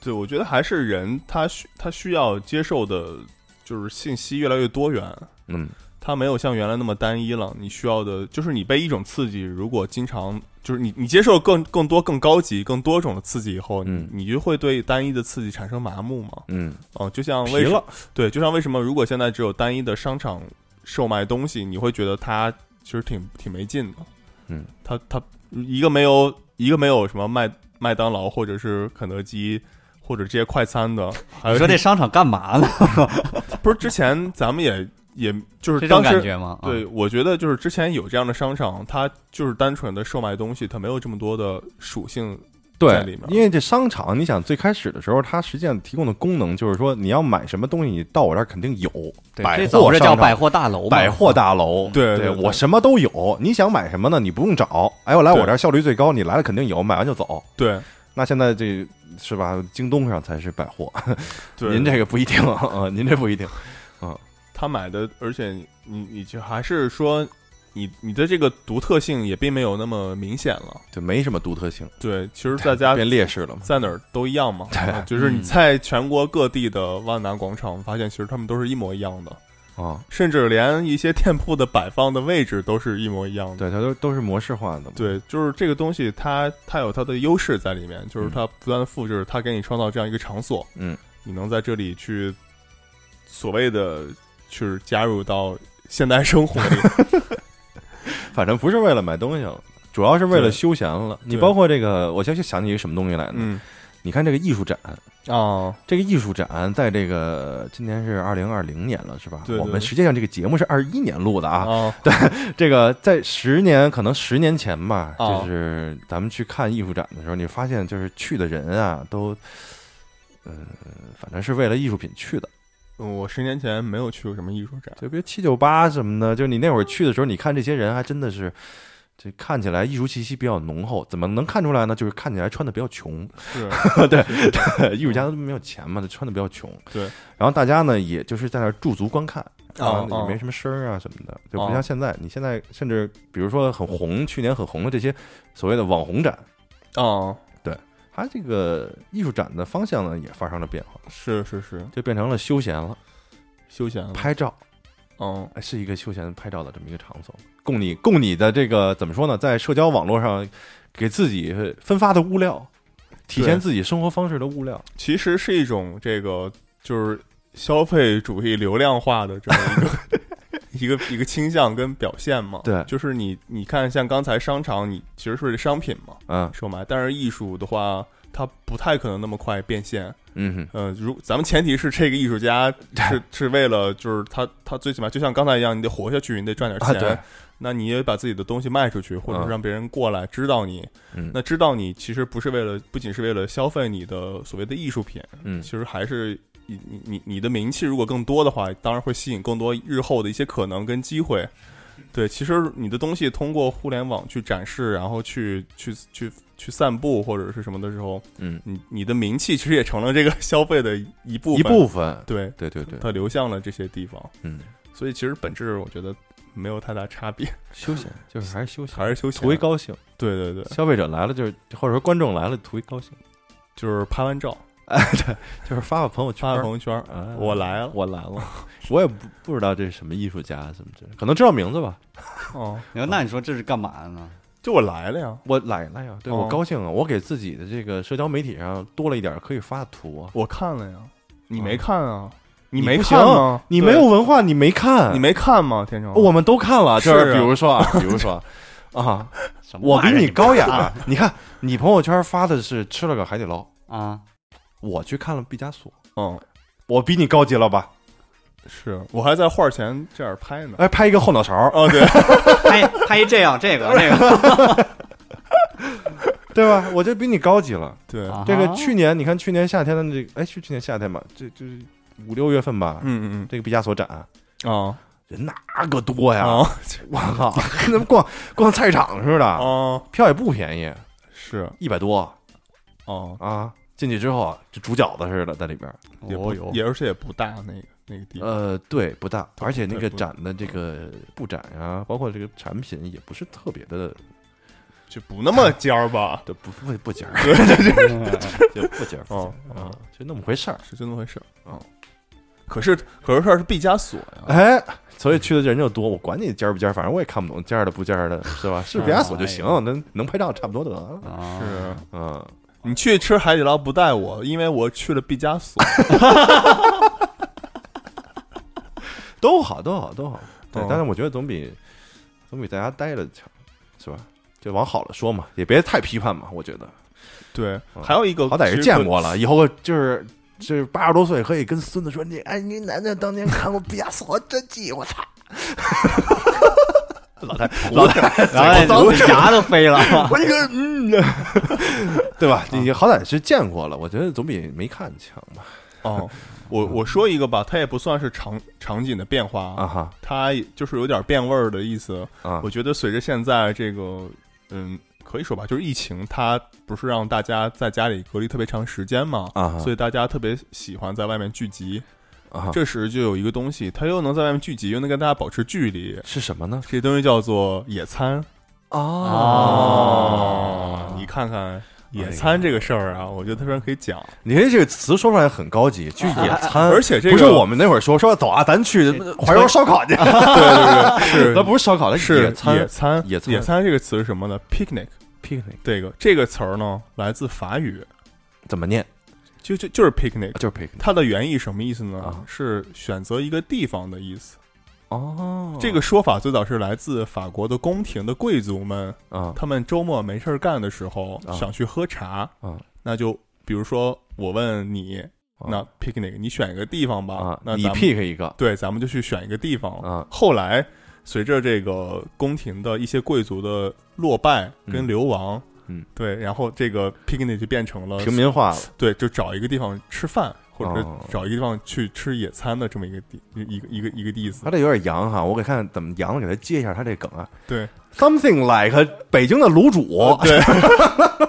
对，我觉得还是人他需他需要接受的，就是信息越来越多元，
嗯，
它没有像原来那么单一了。你需要的就是你被一种刺激，如果经常就是你你接受更更多更高级更多种的刺激以后，你
嗯
你就会对单一的刺激产生麻木嘛。
嗯，
哦、就像
疲
为什
了，
对，就像为什么如果现在只有单一的商场售卖东西，你会觉得它其实挺挺没劲的。
嗯，
它它一个没有一个没有什么麦麦当劳或者是肯德基或者这些快餐的，还有
你说这商场干嘛呢？
不是之前咱们也也就是
这种
当
感
时
觉吗？啊
对，，我觉得就是之前有这样的商场，它就是单纯的售卖东西，它没有这么多的属性。在里
对
面，
因为这商场，你想最开始的时候，它实际上提供的功能就是说，你要买什么东西，你到我这儿肯定有。
对
百
最
货
早是叫
商场
百货大楼嘛，
百货大楼，对
对对对
我什么都有，你想买什么呢？你不用找，哎，我来
对
我这儿效率最高，你来了肯定有，买完就走。
对
那现在这是吧？京东上才是百货，
对，
您这个不一定啊， 您这不一定。
他买的，而且你你你就还是说你你的这个独特性也并没有那么明显了。
就没什么独特性，
对，其实大家
变劣势了嘛。
在哪儿都一样嘛，啊就是你
嗯
在全国各地的万达广场，发现其实他们都是一模一样的，
啊，
甚至连一些店铺的摆放的位置都是一模一样的。
对，它都都是模式化的嘛。
对，就是这个东西它，它有它的优势在里面，就是它不断的复制，它给你创造这样一个场所，
嗯，
你能在这里去所谓的去加入到现代生活里，
反正不是为了买东西了，主要是为了
对
休闲了。你
对
包括这个，我现在就想起一个什么东西来呢？
嗯
你看这个艺术展，
哦，
这个艺术展在这个今年是二零二零年了，是吧？
对对
我们
对
实际上这个节目是二一年录的啊。
哦
这个在十年，可能十年前吧，
哦
就是咱们去看艺术展的时候，你发现就是去的人啊，都，呃，反正是为了艺术品去的。
嗯我十年前没有去过什么艺术展，
就比如七九八什么的，就是你那会儿去的时候，你看这些人还真的是，这看起来艺术气息比较浓厚。怎么能看出来呢？就是看起来穿的比较穷，
是
对
是是
艺术家都没有钱嘛，就穿的比较穷。
对，
然后大家呢，也就是在那儿驻足观看，啊
哦，
也
哦
没什么声儿啊什么的，就不
哦
像现在。你现在甚至比如说很红，去年很红的这些所谓的网红展，
哦，
它这个艺术展的方向呢也发生了变化，
是是是，
就变成了休闲了，
休闲了，
拍照
嗯
哎是一个休闲拍照的这么一个场所，供你供你的这个怎么说呢，在社交网络上给自己呃分发的物料，体现
对
自己生活方式的物料。
其实是一种这个就是消费主义流量化的这么一个一个 一个倾向跟表现嘛。
对
就是你你看，像刚才商场，你其实是商品嘛
嗯
售卖，但是艺术的话，它不太可能那么快变现。
嗯哼，
呃，如咱们前提是这个艺术家是是为了就是他他最起码就像刚才一样，你得活下去，你得赚点
啊
钱。
对
那你也把自己的东西卖出去，或者
嗯
是让别人过来知道你。
嗯
那知道你其实不是为了，不仅是为了消费你的所谓的艺术品，
嗯
其实还是你你你你的名气如果更多的话，当然会吸引更多日后的一些可能跟机会。对，其实你的东西通过互联网去展示，然后去去去去散布或者是什么的时候，
嗯，
你你的名气其实也成了这个 消费的一部分
一部分，
对，
对对对，
它流向了这些地方，
嗯，
所以其实本质我觉得没有太大差别，
休闲就是还是休闲，
还是休闲啊
图一。高兴。
对对对，
消费者来了就是，或者说观众来了图一高兴，
就是拍完照
就是发发朋友圈
发
儿。
朋友圈，
啊
我来了
我来了，我也不不知道这是什么艺术家什么之类的，可能知道名字吧。
哦，
然后那你说这是干嘛呢？
就我来了呀，
我来了呀，对
哦
我高兴啊，我给自己的这个社交媒体上多了一点可以发的图啊。
我看了呀，你
啊
没看啊？你
你
没
不
看
行
吗？
哦你
对
没有，文化，你没看，
你没看吗？天成，
我们都看了，就是是
啊
比如说 啊，比如说啊，
什么
我比
玩意儿
你高雅，啊你看你朋友圈发的是吃了个海底捞，
啊！
我去看了毕加索，
嗯，
我比你高级了吧？
是我还在画前这样拍呢。
哎，拍一个后脑勺，
哦，对，
拍拍一这样，这个那个，
对吧？我就比你高级了。
对，
啊
这个去年你看去年夏天的这个，哎，去去年夏天吧，这就是五六月份吧，
嗯嗯
这个毕加索展啊
嗯，哦
人那个多哎呀，
哦
我靠，跟他们逛逛菜场似的，
哦，
票也不便宜，
是
一百多
哦，
啊。进去之后啊，就煮饺子似的在里边儿，
也不
哦哟
也而且也不大那个那个地方。
呃，对，不大，
对
而且那个
对不
展的这个布展啊，包括这个产品也不是特别的，呃
就不那么尖 儿吧？
就不不不尖 儿，就不尖儿，不尖儿
哦
啊
哦，，
就那么回事儿。
是就那么回事儿。哦，可是可是这是毕加索呀，
哎，所以去的人就多，我管你尖儿不尖儿，反正我也看不懂尖儿的不尖儿的，是 吧？是毕加索
哎
就行，能能拍照差不多得了。
啊
是
嗯，
你去吃海底捞不带我，因为我去了毕加索。
都好，都好，都好。对
哦，
但是我觉得总比总比在家待着强，是吧？就往好了说嘛，也别太批判嘛。我觉得
对，
嗯
还有一个
好歹
其
是
实
见
可
过了，以后就是就是八十多岁可以跟孙子说：“你哎，你奶奶当年看过毕加索真迹，我操！”老 太老太
然后那牙都飞了。
我这个嗯， 对吧？你好歹是见过了，我觉得总比没看强吧？
哦，我我说一个吧，它也不算是场场景的变化
啊，哈
它就是有点变味儿的意思。
啊
我觉得随着现在这个，嗯，可以说吧，就是疫情，它不是让大家在家里隔离特别长时间嘛，
啊哈，
所以大家特别喜欢在外面聚集。
啊哈
这时就有一个东西，它又能在外面聚集，又能跟大家保持距离，
是什么呢？
这东西叫做野餐。
哦
你看看野
哎呀
餐这个事儿啊，我觉得特别可以讲，
你这个词说出来很高级，去野餐，
而且这个
不是我们那会儿说说走啊，咱去怀柔烧烤去，
对 对 对，
那
是
不是烧烤，那
是
野餐
野餐，
野餐
野餐这个词是什么呢？picnic，
picnic
这个这个词儿呢来自法语，
怎么念？啊
就就就是 picnic，
就是 picnic
它的原意什么意思呢？
啊
是选择一个地方的意思。
哦，
这个说法最早是来自法国的宫廷的贵族们，
啊
他们周末没事儿干的时候
啊
想去喝茶，
啊
那就比如说我问你，
啊
那 picnic 你选一个地方吧，
啊，
那
你
咱们哦
pick 一个
对，咱们就去选一个地方。
啊
后来随着这个宫廷的一些贵族的落败跟
嗯
流亡，
嗯
对，然后这个 picnic 就变成了
平民化了，
对，就找一个地方吃饭，或者是
哦
找一个地方去吃野餐的这么一个地一个一个一个意思
他。这有点洋哈，我给看怎么洋的给他接一下他这梗啊
对， 哦
，something like 北京的卤煮，
对，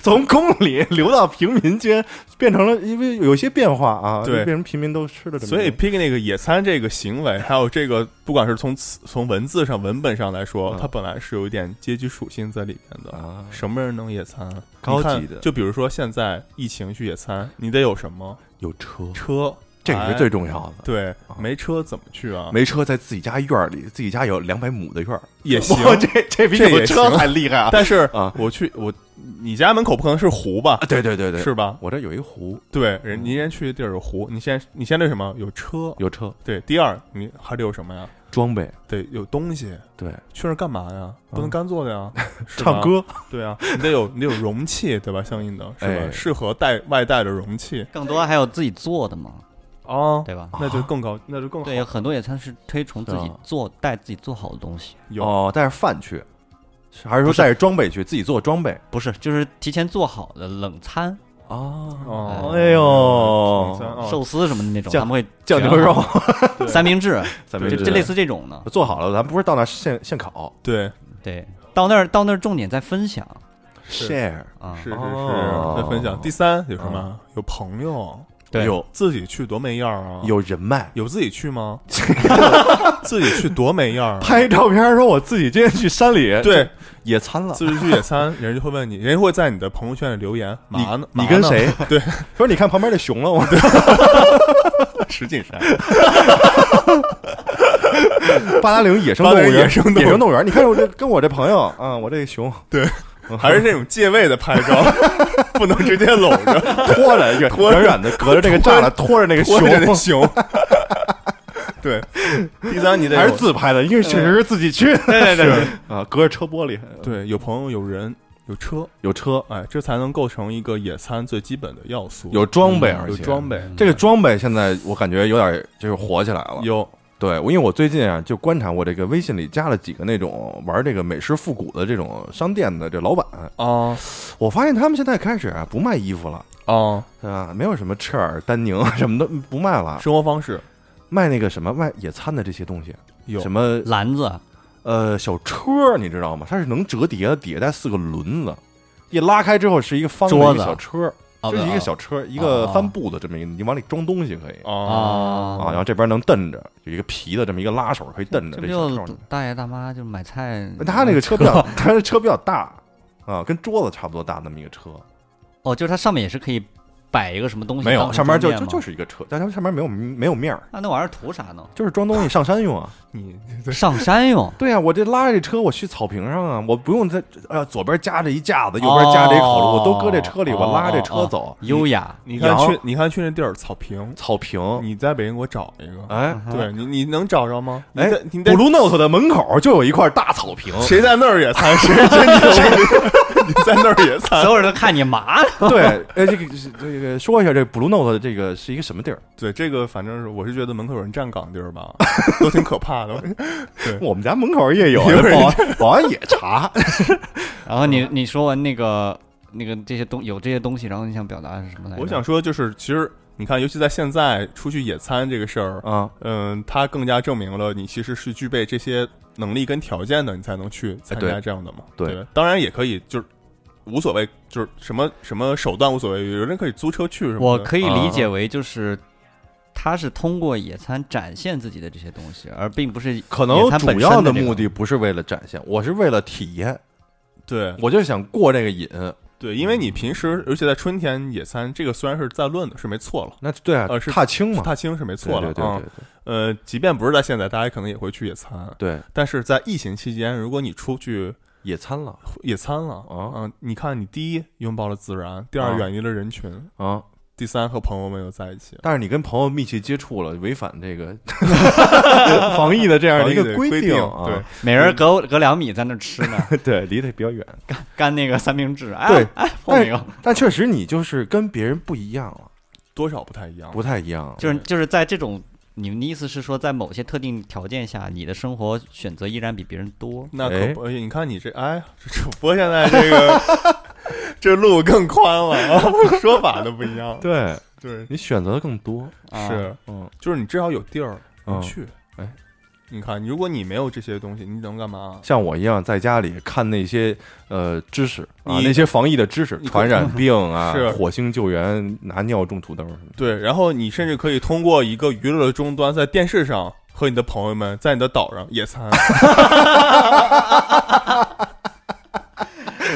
从宫里 流到平民间，变成了因为有些变化啊，
对
就变成平民都吃的这么一
所
个，
以 picnic 野餐这个行为，还有这个不管是从词从文字上文本上来说
嗯，
它本来是有一点阶级属性在里面的。
啊，
什么人能野餐啊？
高
你看
级的
就比如说现在疫情去野餐，你得有什么
有车，
车？
这个
哎
是最重要的。
对
啊，
没车怎么去啊？
没车在自己家院儿里，自己家有两百亩的院儿，
也行，
哇这这比
这
有
也
车
行
还厉害啊！
但是
啊
我去我你家门口不可能是湖吧
啊，？对对对对，嗯
是吧？
我这有一湖，
对，人您先去的地儿有湖，你先你先得什么？有车。
有车
对，第二你还得有什么呀？
装备，
得有东西。
对，
去那儿干嘛呀？
嗯
不能干坐 的呀，是吧
唱。歌，
对啊，你得有 你得有容器，对吧？相应的是
哎
吧？适合带外带的容器
更多还有自己做的嘛，
哦
啊，
对吧？
那就更高，那就更好
对，。有很多野餐是推崇自己
对啊
做带自己做好的东西，
有
哦，带着饭去，还是说
不是
带着装备去，自己做装备
不是就是提前做好的冷餐、
啊？
哦，
哎呦
挺三哦
寿司什么的那种，
酱
他们会
酱牛肉，
对
三明治，
咱
就
们
就类似这种的。
做好了，咱不是到那儿现现烤
对，
对，到那儿到那儿重点在分享
是
share，
啊，
是是是，
哦嗯
再分享。第三有什么？有朋友，
对
有
自己去多没样儿啊！
有人脉，
有自己去吗？ 自己去多没样儿 啊！
拍照片说我自己今天去山里
对，
野餐了，
自己去野餐，人家就会问你，人家会在你的朋友圈里留言，嘛呢？
你
嘛
跟
呢？
谁？
对，
说你看旁边那熊 了，我
石 景山，
八达岭野生
八
动物
达岭
园，
野生动物
野生动物园。你看我这跟我这朋友啊，我这熊
还是那种借位的拍 照，不能直接搂着，
拖着远
拖着
远远的隔着这个栅栏，拖着那个
拖
熊，
着 那熊。对，第三你得有
还是自拍的，因为确实是自己去
对对对
啊，隔着车玻璃，
对，有朋友有人有车，
有车
哎，这才能构成一个野餐最基本的要素。
有装备，
嗯
而
有
且
装备，
这个装备现在我感觉有点就是火起来了。
有
对，我因为我最近啊就观察我这个微信里加了几个那种玩这个美式复古的这种商店的这老板，
啊
我发现他们现在开始啊不卖衣服了。
啊，
啊，没有什么赤耳、丹宁啊什么的不卖了，
生活方式
卖那个什么卖野餐的这些东西，
有
什么
篮子
呃小车，你知道吗？它是能折叠的，底下带四个轮子，一拉开之后是一个方的
桌
一个
子
小车，
啊，
就是一
不
个
是
小车，一
哦
个
哦
帆布的这么一个，你往里装东西可以
啊
啊，然后这边能蹬着，有一个皮的这么一个拉手可以蹬着
这
这
不
小
就嗯
车。
大爷大妈就买菜，
他那个车比较，他的车比较大啊，跟桌子差不多大那么一个车，
哦，就是它上面也是可以摆一个什么东西，
没有上面就就就是是一个车，但它上面没有没有面儿，
啊那那玩意儿图啥呢？
就是装东西上山用啊。，
你
上山用
对啊，我这拉着这车，我去草坪上啊，我不用在呃左边夹着一架子，右边夹着一烤炉，
哦
我都搁这车里，我拉着这车走。
优雅。
你看
羊
去你看去那地儿草坪，
草坪，
你在北京给我找一个，
哎
嗯
对你你能找着吗？你
哎
在你在
，Blue Note 的门口就有一块大草坪，
谁在那儿野餐，谁真牛逼，你在那儿野餐，
所有人都看你麻了，
对，哎，这个是这个说一下，这 Blue Note 的这个是一个什么地儿？
对这个反正是我是觉得门口有人站岗地儿吧，都挺可 怕 的。
哎我们家门口也有，啊
有人
保安 保安也查，
然后你你说完那个那个这些东有这些东西，然后你想表达的是什么来着？
我想说就是，其实你看，尤其在现在出去野餐这个事儿，
啊，
嗯，它更加证明了你其实是具备这些能力跟条件的，你才能去参
哎
加
对
这样的嘛。
对
吧，当然也可以，就是无所谓，就是什么什么手段无所谓，有人可以租车去什么
我
的。啊
可以理解为就是，他是通过野餐展现自己的这些东西，而并不是
可
野
能
餐本
主
身
要
的这个
目的不是为了展现，我是为了体验，
对
我就想过这个瘾。
对，因为你平时，尤其在春天野餐，这个虽然是在论的，是没错了。
那对啊
呃，是
踏青嘛，
踏青是没
对
错了
对对
啊
对，
呃，即便不是在现在，大家可能也会去野餐，
对，对
但是在疫情期间，如果你出去
野餐了
野餐了，
啊
嗯，你看你第一拥抱了自然，第
啊
二远离了人群，
啊，
第三和朋友们又在一起。
但是你跟朋友密切接触了，违反这个 防疫的这样的一
防疫
个
的
规
规
定啊，
对，
每人隔隔两米在那吃呢，
对，离得比较远。
干那个三明治，哎
对，
哎，碰一个，
但确实你就是跟别人不一样了，
多少不太一样。
不太一样了。
就是就是在这种，你们的意思是说，在某些特定条件下，你的生活选择依然比别人多？
那可不，哎你看你这，哎 呀，这主播现在这 个这路更宽了啊，说法都不一样。
对
对，
你选择的更多，
啊、
是，
嗯
就是你至少有地儿
嗯
能，去。
哎，
你看，如果你没有这些东西，你能干嘛？
像我一样在家里看那些呃知识啊，
你
那些防疫的知识，
你
传染病啊
是，
火星救援，拿尿种土豆什么的。
对，然后你甚至可以通过一个娱乐的终端，在电视上和你的朋友们在你的岛上野
啊
餐。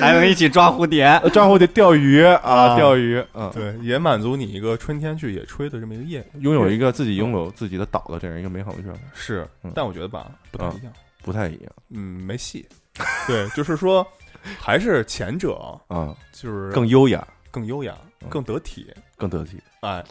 还能一起抓蝴蝶。
呃抓蝴蝶、钓鱼啊，
啊
钓鱼，嗯，
对，也满足你一个春天去野炊的这么一个夜。
拥有一个自己拥有自己的岛的这样一个美好的愿望，
是
嗯，
但我觉得吧，不太一样。
不太一样
嗯，没戏。 对，就是说，还是前者
啊，
就是
更优雅，
更优雅、
嗯
更得体。
更得体
哎，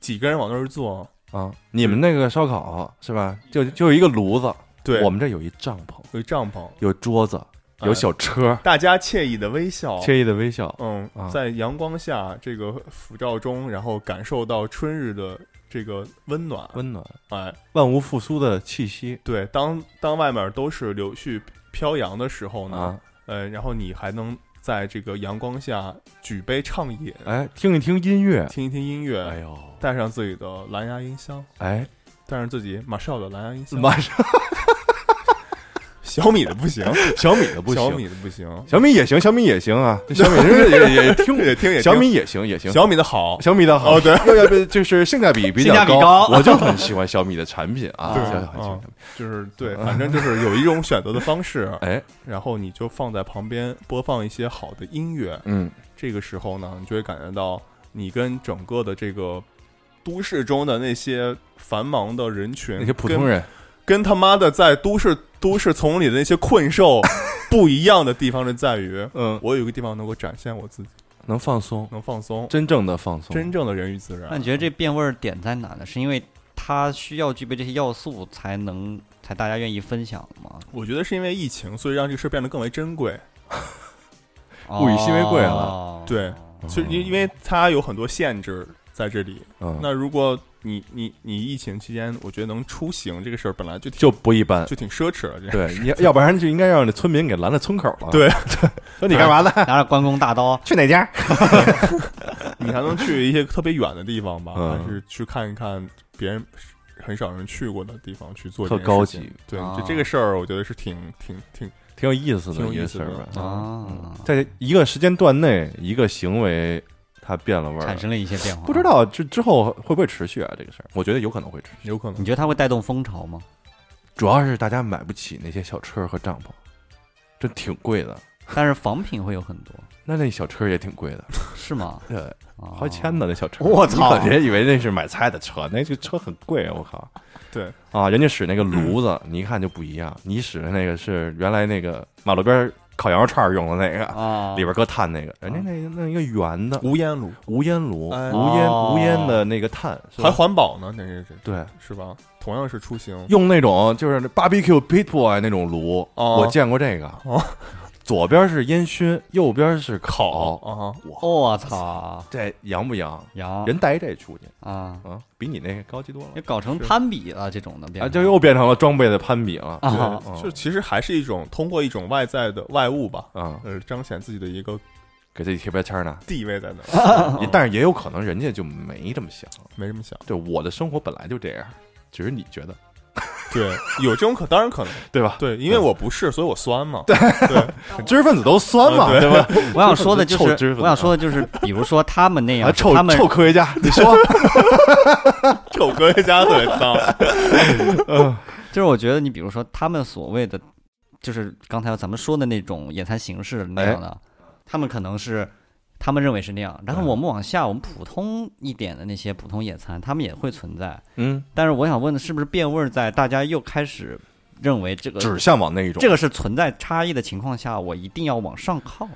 几个人往那儿坐，
啊。你
嗯
们那个烧烤是吧？就就有一个炉子，
对，
我们这有一帐篷，
有一帐篷，
有桌子，
哎
有小车，
大家惬意的微笑，
惬意的微笑。
嗯
啊，
在阳光下这个抚照中，然后感受到春日的这个温暖。
温暖，
哎，
万物复苏的气息
对，当当外面都是柳絮飘扬的时候呢，
啊！
呃，然后你还能在这个阳光下举杯畅饮，
哎，听一听音乐，
听一听音
哎
乐，
呦，
带上自己的蓝牙音箱，
哎，
带上自己马绍尔的蓝牙音箱，
马上
小米的不行，
小米的不
小
行，
米的不行，
小米也行，小米也行啊，这 小米这也也也听，
也听也听
小米也行也行，
小米的好，
小米的好，
哦对，
要要不就是性价比比较
性价比高
我就很喜欢小米的产品啊，
对
我就很喜欢
嗯 就是对，反正就是有一种选择的方式，
哎，
然后你就放在旁边播放一些好的音乐，
嗯，
这个时候呢，你就会感觉到你跟整个的这个都市中的那些繁忙的人群，
那些普通
跟
人，
跟他妈的在都市都市丛林里的那些困兽不一样的地方是在于，
嗯，
我有一个地方能够展现我自己，
能放松，
能放松，
真正的放松，
真正的人与自然。
那你觉得这变味儿点在哪呢？是因为它需要具备这些要素才能才大家愿意分享吗？
我觉得是因为疫情，所以让这个事儿变得更为珍贵。
物以稀为贵啊
哦
对
嗯
其实因因为它有很多限制在这里。
嗯，
那如果你你你疫情期间，我觉得能出行这个事儿本来就挺
就不一般。
就挺奢侈了，这
对，你要要不然就应该让那村民给拦在村口了。
对，
说你干嘛呢？
拿着关公大刀，
去哪家？
你还能去一些特别远的地方吧，
嗯
还是去看一看别人很少人去过的地方去做这
特
件事情？
高级，
对，
啊
就这个事儿，我觉得是挺挺挺
挺有意思
挺
的
有
一
意
个
思
事儿吧。
的
啊，
在一个时间段内，一个行为它变了味儿
产，生了一些变化。
不知，道之之后会不会持续啊？这个事儿，我觉得有可能会持续。
有可能
你。觉得它会带动风潮吗？
主要是大家买不起那些小车和帐篷，这挺贵的。
但是仿品会有很多，
那那小车也挺贵的，
是吗？
对，
哦
好几千！呢那小车。
我操
你可别以为那是买菜的车，那个车很贵啊！我靠
对，
啊，人家使那
嗯
个炉子，你一看就不一样。你使的那个是原来那个马路边烤羊肉串用的那
哦
个，
啊，
里边搁炭那个，人家那那一个圆的
无烟炉
无烟炉，
哦哎
无烟
哦
无烟的那个炭，是吧
还环保呢，那是这
对。
是吧？同样是出行，
用那种就是 barbecue pit boy 那种炉，
哦
我见过这个。
哦
左边是烟熏，右边是烤，
啊哈，
我操，
这洋不洋？
羊
人带这出去
啊，
啊，比你那个高级多
哎
了
也搞成
是
攀比了这种的变
啊！
成，
这又变成了装备的攀比了
啊
对
哈
嗯
就其实还是一种通过一种外在的外物吧，
啊，
呃，彰显自己的一个
给自己贴标签呢。
地位在那儿
也。但是也有可能人家就没这么想，
没这么想，
就我的生活本来就这样，只是你觉得
对，有这种可当然可能，
对吧？
对，因为我不是，所以我酸嘛，
知识分子都酸嘛，
啊对
对吧？
我想说的就
臭知
是
识，分子
我想说的就是，比如说他们那
啊，
样，
臭
他们
臭科学家，你 说
臭科学家特别脏，
嗯
就是我觉得你比如说他们所谓的，就是刚才咱们说的那种野餐形式那样的，他们可能是他们认为是那样，然后
哎嗯
我们往下，我们普通一点的那些普通野餐，他们也会存在。
嗯，
但是我想问的是不是变味儿在大家又开始认为这个
只向往那一种
这个是存在差异的情况下，我一定要往上靠，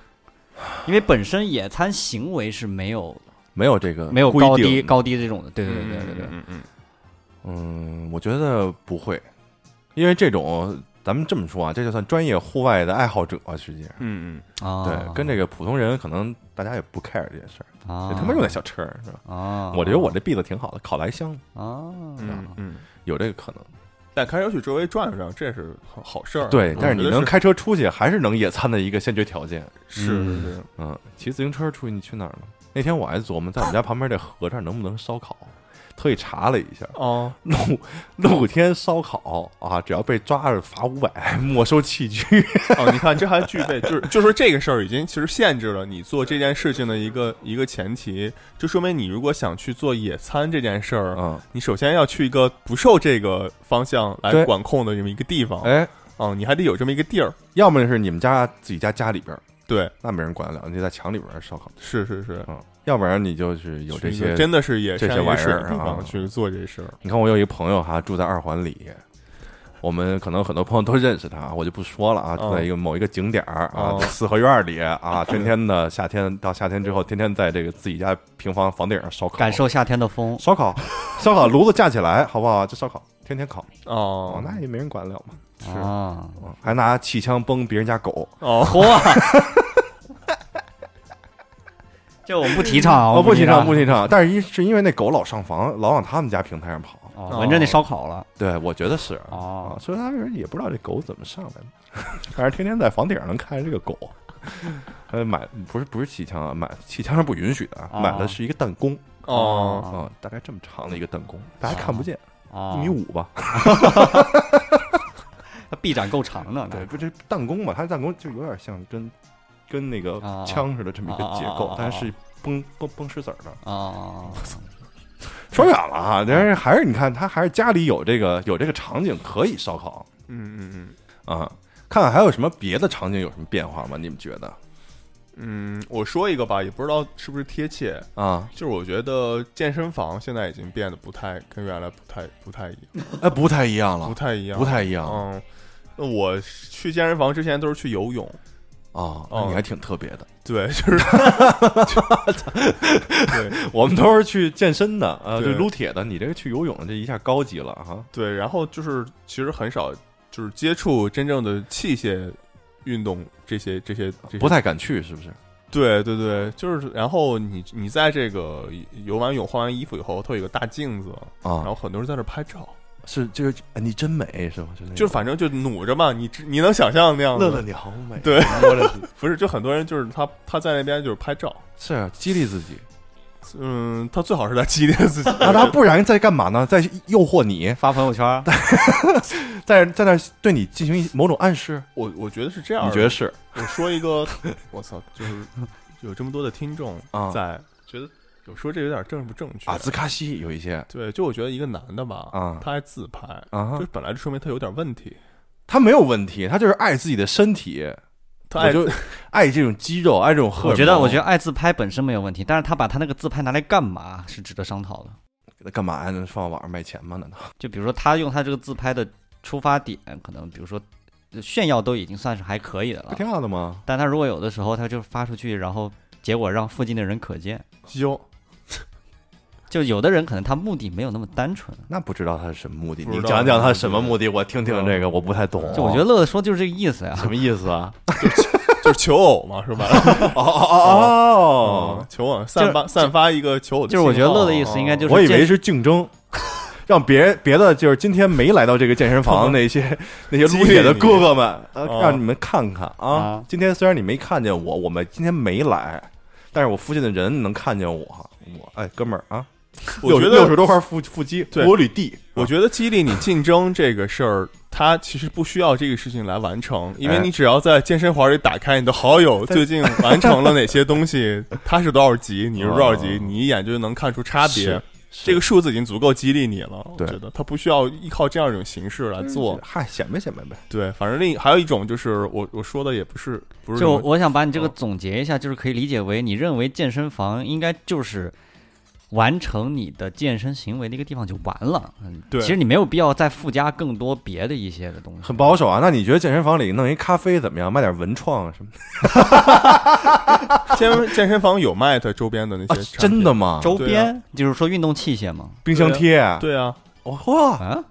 因为本身野餐行为是没有
没有这个
没有
嗯规
高低
定
高低这种的，对对对对对对。
嗯嗯
嗯，我觉得不会，因为这种咱们这么说啊，这就算专业户外的爱好者、啊，实际上。
嗯
啊，
对，跟这个普通人可能大家也不 care 这件事儿，
啊
这他妈用在小车儿是吧？
啊，
我觉得我这篦子挺好的，烤来香，
啊，
嗯嗯，
有这个可能。
但开车去周围转转，这是好好事儿。
对，但是
我
你
觉得
能开车出去，还是能野餐的一个先决条件。
是是是，
嗯，骑自行车出去，你去哪儿呢？那天我还琢磨，在我们家旁边这河这儿能不能烧烤，特意查了一下，
哦，
露露天烧烤啊，只要被抓着罚五百，没收器具。
哦，你看这还具备，就是就是说这个事儿已经其实限制了你做这件事情的一个一个前提，就说明你如果想去做野餐这件事儿，
嗯，
你首先要去一个不受这个方向来
对
管控的这么一个地方，
哎，
哦，你还得有这么一个地儿，
要么是你们家自己家家里边儿，
对，
那没人管得了，你就在墙里边儿烧烤。
是是是，
嗯，要不然你就是有这
去一个
些
真的是野
这
山
些
野
玩意
水
儿
的地
啊
方去做这事儿，
你看，我有一朋友哈、住在二环里，我们可能很多朋友都认识他，我就不说了啊。
哦
住在一个某一个景点儿啊，
哦
四合院里啊，天天的夏天到夏天之后，天天在这个自己家平房房顶上烧烤，
感受夏天的风，
烧烤，烧烤炉子架起来，好不好？就烧烤，天天烤，哦
哦，，
那也没人管得了嘛。
啊，
嗯还拿气枪崩别人家狗，
哦，
嚯！这我们不提倡啊，
哦，
我
不提倡，不
提
提倡。但是因是因为那狗老上房，老往他们家平台上跑，
倡。哦闻着那烧烤了
对，我觉得是啊，
哦，
所以他们也不知道这狗怎么上来的，反正天天在房顶上能看见这个狗。呃，买不是不是气枪啊，买气枪是不允许的啊，
哦
买的是一个弹弓
哦，
啊、
哦
大概这么长的一个弹弓，大家看不见，一
哦，
米五吧。
它臂展够长呢。
对，不这弹弓嘛，它弹弓就有点像跟跟那个
啊
枪似的这么一个结构，
啊啊啊啊啊
但是崩崩崩石子儿的。
啊，
说远了啊，但是还是你看，他还是家里有这个有这个场景可以烧烤
嗯嗯嗯。
啊。看看还有什么别的场景有什么变化吗？你们觉得
嗯，我说一个吧，也不知道是不是贴切，
啊？
就是我觉得健身房现在已经变得不太跟原来不太不太一样，
哎，不太一样
不，太一样，
不太一样啊
嗯，那我去健身房之前都是去游泳，！
哦
哦
那你还挺特别的。
对， 就是，对
我们都是去健身的，呃，
对
就撸铁的。你这个去游泳的，这一下高级了哈。
对，然后就是其实很少就是接触真正的器械运动这些这些这些，
不太敢去，是不是？
对对对，就是然后你你在这个游完泳换完衣服以后，它有一个大镜子，然
啊，
后很多人在那儿拍照，
是就是哎你真美是吗？就那
就
种
是反正就努着嘛，你知你能想象那样
乐
的
乐，你好美，
对
摸着你
不是，就很多人就是他他在那边就是拍照，
是啊激励自己。
嗯，他最好是在激励自己，
那他不然在干嘛呢？在诱惑你，
发朋友 圈，
在在那对你进行一某种暗示？
我我觉得是这样的，
你觉得是？
我说一个，我操，就是有这么多的听众
啊
在，觉得有说这有点正不正确
啊，？兹卡西有一些
对，就我觉得一个男的吧，
啊
他还自拍，
啊
就，本来就说明他有点问题，
他没有问题，他就是爱自己的身体，
他
我
爱
就爱这种肌肉，爱这种荷尔蒙。
我觉得我觉得爱自拍本身没有问题，但是他把他那个自拍拿来干嘛是值得商讨的。
得干嘛呀？放网上卖钱吗？难道
就比如说他用他这个自拍的出发点，可能比如说炫耀都已经算是还可以的
不
了，
挺好的吗？
但他如果有的时候他就发出去，然后结果让附近的人可见，
哟，
就有的人可能他目的没有那么单纯。
那不知道嗯他是什么目的，
不知
你
道
讲讲他什么目的？我听听这个，我不太懂。
就我觉得乐乐说就是这个意思呀、
什么意思啊？
就是求偶嘛，是吧？
哦 哦
嗯，求偶散发散发一个求偶的
就
信
是
号，
我觉得乐的意思应该
哦
就是
我以
健
为是竞 争。让别人别的就是今天没来到这个健身 房那些那些撸铁的哥哥们，呃
啊
让你们看看啊
啊！
今天虽然你没看见我，我们今天没来，但是我附近的人能看见我，我哎哥们儿啊，
我觉
六十
得。
多块腹腹肌，
对
我履地，
我觉得激励你竞争这个事儿，它其实不需要这个事情来完成，因为
哎
你只要在健身环里打开你的好友最近完成了哪些东西，他是多少级，你是多少级
哦，
你一眼就能看出差别
是。
这个数字已经足够激励你了，我
对
觉得他不需要依靠这样一种形式来做。
嗨显摆显摆呗，
对，反正另还有一种就是我我说的也不是不是
就
什么
我想把你这个总结一下，就是可以理解为你认为健身房应该就是完成你的健身行为的一个地方就完了。嗯
对
其实你没有必要再附加更多别的一些的东西。
很保守啊啊。那你觉得健身房里弄一咖啡怎么样？卖点文创什么的？
身健身房有卖它周边的那
啊
些、，产
真
品
的？吗？
周
对啊
边就是说运动器械嘛。
冰箱贴，
对啊，
哦嚯，
啊，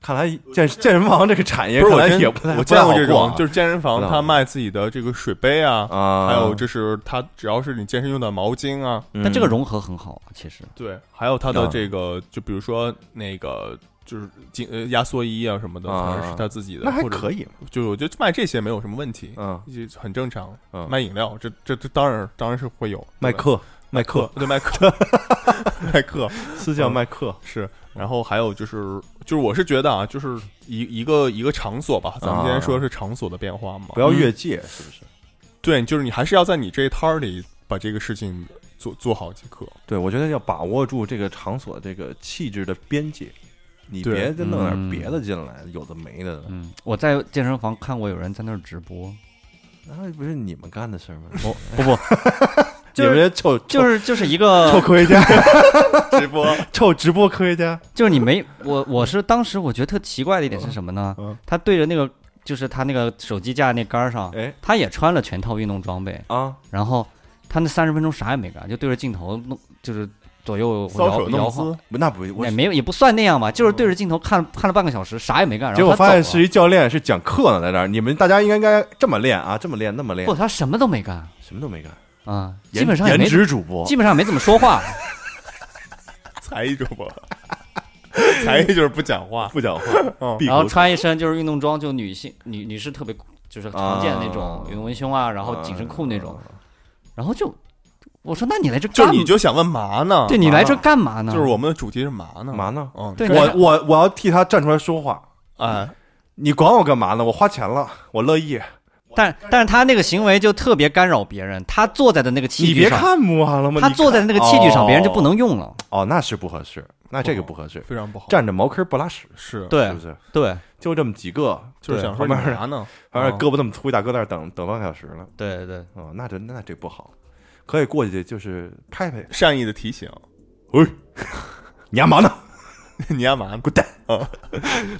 看来健健身房这个产业
不是
看
我
来
见
也不太
我
不
见
太
过
好
这
逛
种
啊，
就是健身
不太
房
好
它卖自己的这个水杯啊，
啊，
还有就是它只要是你健身用的毛巾啊，
嗯，
但这个融合很好，啊其实
对，还有它的
啊
这个就比如说那个就是紧呃压缩衣啊什么的，
啊
反正是它自己的，
那还
或者
可以嘛，
就是我觉得卖这些没有什么问题，
嗯
也很正常。
嗯，
卖饮料，这这这当然当然是会有
麦克麦克
克，对麦克 麦克
私教麦克，
是，然后还有就是就是我是觉得啊，就是一一个一个场所吧，咱们今天说的是场所的变化嘛，
啊不要越界，是不是？
对，就是你还是要在你这一摊儿里把这个事情做做好即可。
对，我觉得要把握住这个场所这个气质的边界，你
对
别再弄点
嗯
别的进来，有的没的。
嗯，我在健身房看过有人在那儿直播，
那不是你们干的事儿吗？
我 不不，就
你们
是
这臭
就是就是 一
臭
个，
科学家，
直播，
臭直播科学家，
就是你没我我是当时我觉得特奇怪的一点是什么呢
嗯嗯？
他对着那个就是他那个手机架那杆儿上，
哎
他也穿了全套运动装备，
啊，
然后他那三十分钟啥也没干，就对着镜头弄，就是左右
搔
摇
首弄
摇晃。
姿，
那不我
也。没有，也不算那样吧，就是对着镜头看看了半个小时，啥也没干。然
结
后
果
他
发现
走啊
是一教练是讲课呢，在这儿，你们大家应该应该这么练啊，这么练那么
了
练
不，，他什么都没干
什么都没干，
啊，
颜
基本上也
颜
没，
值主播
基本上没怎么说话。
才艺主 播，才艺就是不讲 话。
不 讲话，
嗯
闭
然后
口
穿一身就是运动装，就女性女女士特别就是常见的那
啊
种运动文胸啊，然后紧身裤那种，然后就我说那你来这
就
干
是
嘛？
你就想问嘛呢？
对你来这干嘛呢？
就是我们的主题是嘛呢？
干嘛呢？
嗯，
对，
我我我要替他站出来说话，
哎，
你管我干嘛呢？我花钱了，我乐意，
但但是他那个行为就特别干扰别人，他坐在的那个器
你
具
别
上，
看不完了吗？
他
你
坐在那个器具上，别人就不
哦
能用了。
哦，那是不合适，那这个不合适，
非常不好。
站着茅坑不拉屎，
是，
是
对
不是？
对
就这么几个，
就是想说
旁
你
边啊
嘛呢？
反正
嗯
胳膊那么粗一大哥在那儿等等半个小时了，
对对，
哦，那这那这不好，可以过去就是拍拍，
善意的 提醒，
你干嘛 呢？
你干嘛呢？
滚蛋！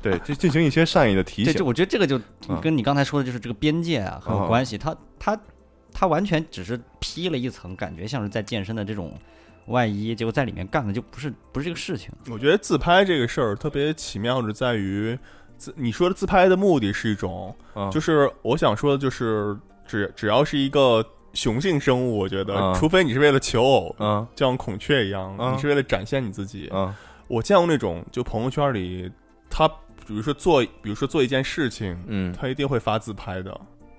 对，就进行一些善意的提
这就
醒，
我觉得这个就
嗯
跟你刚才说的就是这个边界啊很有关系。他他他完全只是披了一层感觉像是在健身的这种外衣，结果在里面干的就不是不是这个事情。
我觉得自拍这个事儿特别奇妙的在于，自你说的自拍的目的是一种，
嗯
就是我想说的就是，只只要是一个雄性生物，我觉得
嗯，
除非你是为了求偶，
嗯
就像孔雀一样，
嗯
你是为了展现你自己。
嗯
我见过那种，就朋友圈里，他比如说做，比如说做一件事情，
嗯，
他一定会发自拍的。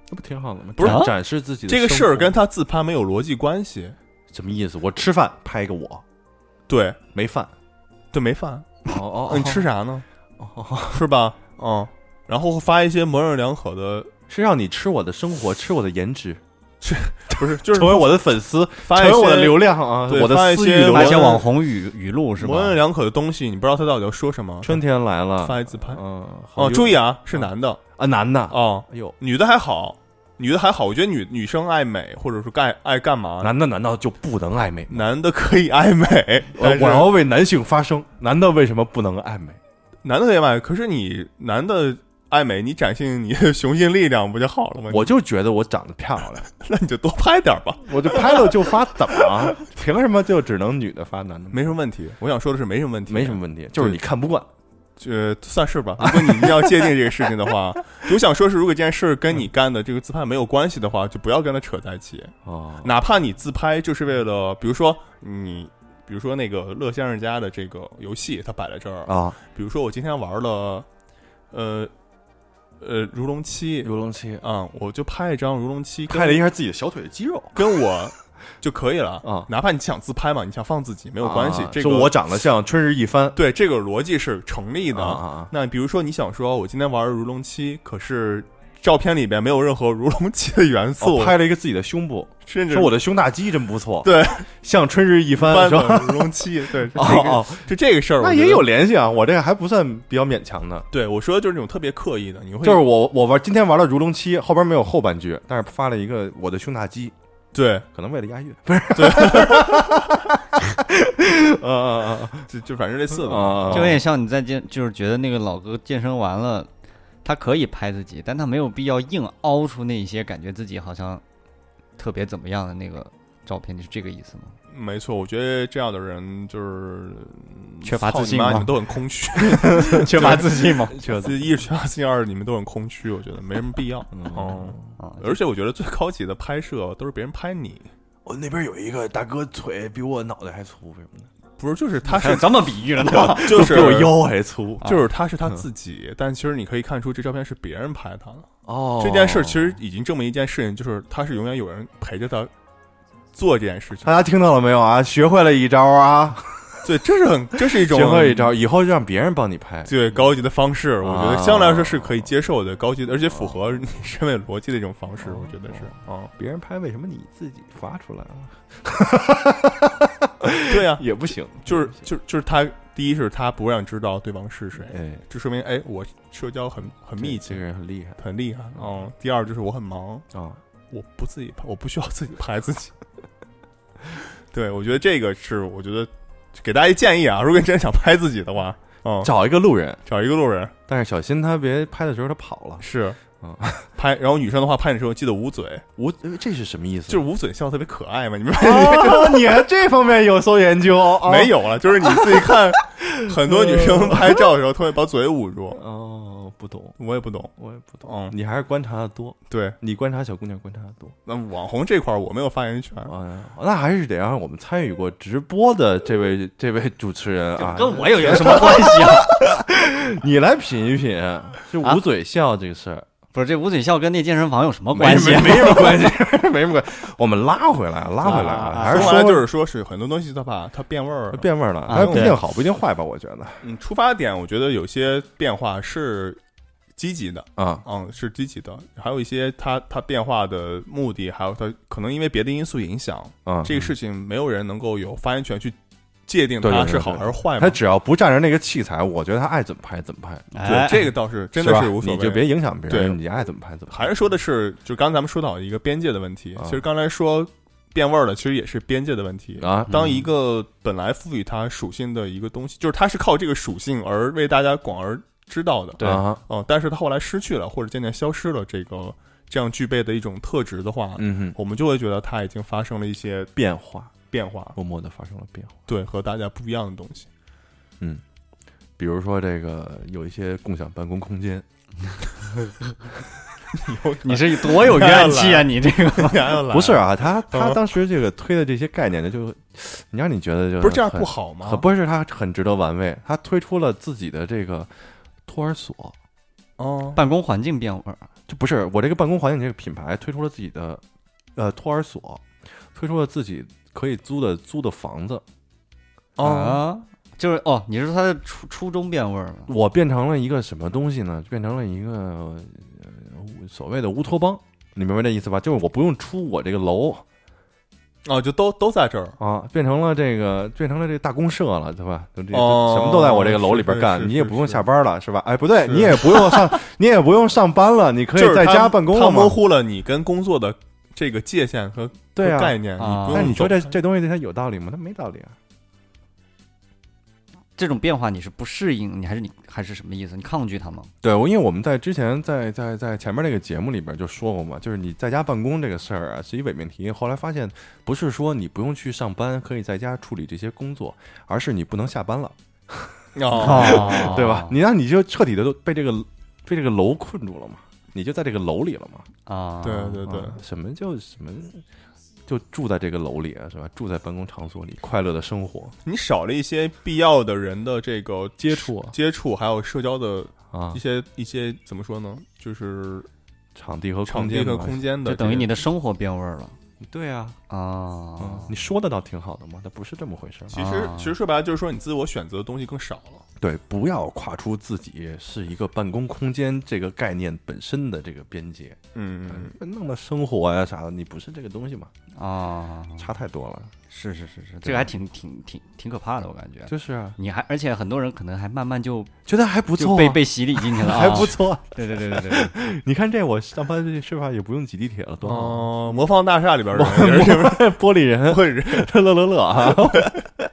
那不啊挺好的吗？
不是
展展示自己的
这个事
生
儿
活
跟他自拍没有逻辑关系。
什么意思？我吃饭拍一个我
对
没饭，
对，没饭，
哦
那你吃啥呢？
哦，
是吧？嗯，然后发一些模棱两 可的，
是让你吃我的生活，吃我的颜值，
不是，就是
成为我的粉丝，
发
成
一
为
些
我的流量啊，
对
我
发
的
一
私域
些
流
发
发
一
量
一
些
些。
网
网
红语语录是吧
模？棱两可的东西，你不知道他到底要说什么，
春天来了，
发一自拍。
嗯，
哦，注意
啊
啊，是男的
啊，男的，
哦，
哎呦，
女的还好，女的还好，我觉得女女生爱美，或者是干爱干嘛，
男的难道就不能爱美吗？
男的可以爱美，
我
但是
呃我要为男性发声，男的为什么不能爱美？
男的可以爱美，可是你男的爱美，你展现你的雄性力量不就好了吗？
我就觉得我长得漂亮，
那你就多拍点吧，
我就拍了就发，怎么 了？凭什么就只能女的发男的？
没什么问题。我想说的是没什么问题，
没什么，问题，就是你看不惯。
呃，算是吧。如果你一定要界定这个事情的话， 我想说是，如果这件事儿跟你干的这个自拍没有关系的话，就不要跟他扯在一起。
哦，
哪怕你自拍就是为了，比如说你，比如说那个乐先生家的这个游戏，它摆在这儿。
啊，
比如说我今天玩了，呃，呃，如龙七，
游龙七
嗯，我就拍一张如龙七，跟
看了一下自己的小腿的肌肉，
跟我就可以了。
啊
哪怕你想自拍嘛，你想放自己没
没
有关系。这个
啊说我长得像春日一番
对这个逻辑是成立的。
啊啊啊，
那比如说你想说，我今天玩如龙七，可是。照片里边没有任何如龙七的元素，
哦拍了一个自己的胸部，
甚至
说我的胸大肌真不错，
对，
像春日一番
翻
是吧？
了如龙七，对，这
哦
个
哦，
就这个事儿，
那
我觉
也
得
有联系啊，我这个还不算比较勉强的，
对我说的就是那种特别刻意的，你会
就是我我玩今天玩了《如龙七》，后边没有后半句，但是发了一个我的胸大肌，
对，
可能为了押韵，不是对，啊啊
就就反正类似
啊
的，
啊，
就有点像你在健，就是觉得那个老哥健身完了，他可以拍自己，但他没有必要硬凹出那些感觉自己好像特别怎么样的那个照片，你是这个意思吗？
嗯
没错，我觉得这样的人就是
缺乏
操
自信
你妈
吗
你们都很 空虚，
缺乏自信吗？
确
自己一是缺乏自信，二是你们都很空虚，我觉得没什么必 要。
嗯
哦，
啊，
而且我觉得最高级的拍摄都是别人拍你，
我那边有一个大哥腿比我脑袋还粗，为什么呢？
不是就是他
还有
是
这么哎比喻了呢？
就是
比我腰还粗
啊
就是他是
嗯
他自己，但其实你可以看出这照片是别人拍他的。
哦
这件事其实已经证明一件事情，就是他是永远有人陪着他做这件事情
大。家听到了没有啊？学会了一招 啊，
对，这是很，这是一种
学会一招，以后让别人帮你拍。
最高级的方式，我觉得
啊
相对来说是可以接受的，高级的，而且符合你 审美逻辑的一种方式，我觉得是
哦
啊，
别人拍为什么你自己发出来了
对呀，
也不行？
就是就是就是他，第一是他不让你知道对方是谁，
哎，
这说明哎我社交很很密
这个
集，
人很厉害
很厉害哦。第二就是我很忙，
啊！
我不自己拍，我不需要自己拍自己。 对，我觉得这个是我觉得给大家一建议啊，如果你真的想拍自己的话，嗯，
找一个路人，
找一个路人
但是小心他别拍的时候他跑了。
是
嗯。
拍，然后女生的话，拍你的时候记得捂嘴，
我呃这是什么意思？
就是捂嘴笑特别可爱嘛。你们
哦， 你还这方面有所研究？哦
没有了，就是你自己看，很多女生拍照的时候，特别把嘴捂住，
哦，不懂，
我也不懂。
我也不懂。
嗯，
你还是观察的多，
对，
你观察小姑娘观察的多。
那网红这块儿我没有发言权，
啊，那还是得让我们参与过直播的这位这位主持人啊，
跟我有有什么关系 啊？
你来品一品，就
啊
捂嘴笑这个事儿，
不是，这捂嘴笑跟那健身房有什么关系啊？
没没没什么关系，没什么关系。我们拉回来，拉回来，
啊
还是
说完了
说
就是说是很多东西它把它变味儿了，
变味儿了，
啊
但是不一定
对
好，不一定坏吧？我觉得
嗯，出发点我觉得有些变化是积极的，
啊，
嗯，是积极的，还有一些它它变化的目的，还有它可能因为别的因素影响，
嗯，
这个事情没有人能够有发言权去界定
对对
它
对
是好还是坏
他
嘛。
只要不占着那个器材，我觉得他爱怎么拍怎么拍，
对，
哎，
这个倒是真的
是
是
吧
无所
你就
谓。
别影响别
对
人，你爱怎么拍怎么拍。
还是说的是，就刚才咱们说到一个边界的问题
啊，
其实刚才说变味儿了，其实也是边界的问题。
啊，
当一个本来赋予它属性的一个东西，就是它是靠这个属性而为大家广而知道的，
对
啊
哦，但是它后来失去了或者渐渐消失了这个这样具备的一种特质的话，
嗯哼，
我们就会觉得它已经发生了一些
变化
变化，
默默的发生了变化。
对，和大家不一样的东西。
比如说这个有一些共享办公空间，
你是多有怨气啊！你这个
不
不
是啊，他他
嗯
当时这个推的这些概念呢，就你让你觉得就
不是这样
很
不好吗？
很不是他很值得玩味，他推出了自己的这个托儿所，
哦，
办公环境变味儿，
就不是我这个办公环境这个品牌推出了自己的呃托儿所，推出了自己可以租的租的房子，
哦，
啊，就是哦，你是说他的初初衷变味儿了？
我变成了一个什么东西呢？变成了一个、呃、所谓的乌托邦，你明白这意思吧？就是我不用出我这个楼
哦，就都都在这儿。
啊，变成了这个变成了这个大公社了，对吧？就这、
哦
什么都在我这个楼里边
是
干，
是是
你也不用
是
下班了，是吧？哎，不对，
是
你也不用 上，你也不用上班了，你可
就是
以在
它
家办公了
它模
嘛？
糊了你跟工作的这个界限和
对
和
啊，
概念。
啊
你不
那
用
你说这
嗯走
这东西对它有道理吗？它没道理啊。
这种变化你是不适应，你还是你还是什么意思？你抗拒他吗？
对，我因为我们在之前在在在前面那个节目里边就说过嘛，就是你在家办公这个事儿啊是一伪命题。后来发现不是说你不用去上班，可以在家处理这些工作，而是你不能下班了，
哦，
啊
对吧？你那你就彻底的都被这个被这个楼困住了嘛，你就在这个楼里了嘛。
啊，
对对对
啊，什么就什么就住在这个楼里啊，是吧？住在办公场所里，快乐的生活
你少了一些必要的人的这个
接触啊
接触，还有社交的
啊
一，些一些怎么说呢？就是
场地和
场
空
地
间
和
嘛
空间
就
的这个，
等于你的生活变味儿了
对啊，
啊。
嗯你说的倒挺好的嘛，但不是这么回事儿。
其实
啊
其实说白了就是说你自我选择的东西更少了。
对，不要跨出自己是一个办公空间这个概念本身的这个边界，
嗯，
弄到生活呀、啥的，你不是这个东西嘛，
啊，
差太多了。
是是是是，这个还挺挺挺挺可怕的，我感觉。
就是啊，
你还，而且很多人可能还慢慢就
觉得还不
就
错、啊，
被被洗礼进去 了，
还不
啊。
错。
对对对对对 对，
你看这我上班这是吧，也不用挤地铁了，多好。
哦，魔方大厦里边的人也是
玻璃人，
会人，
乐乐乐乐啊，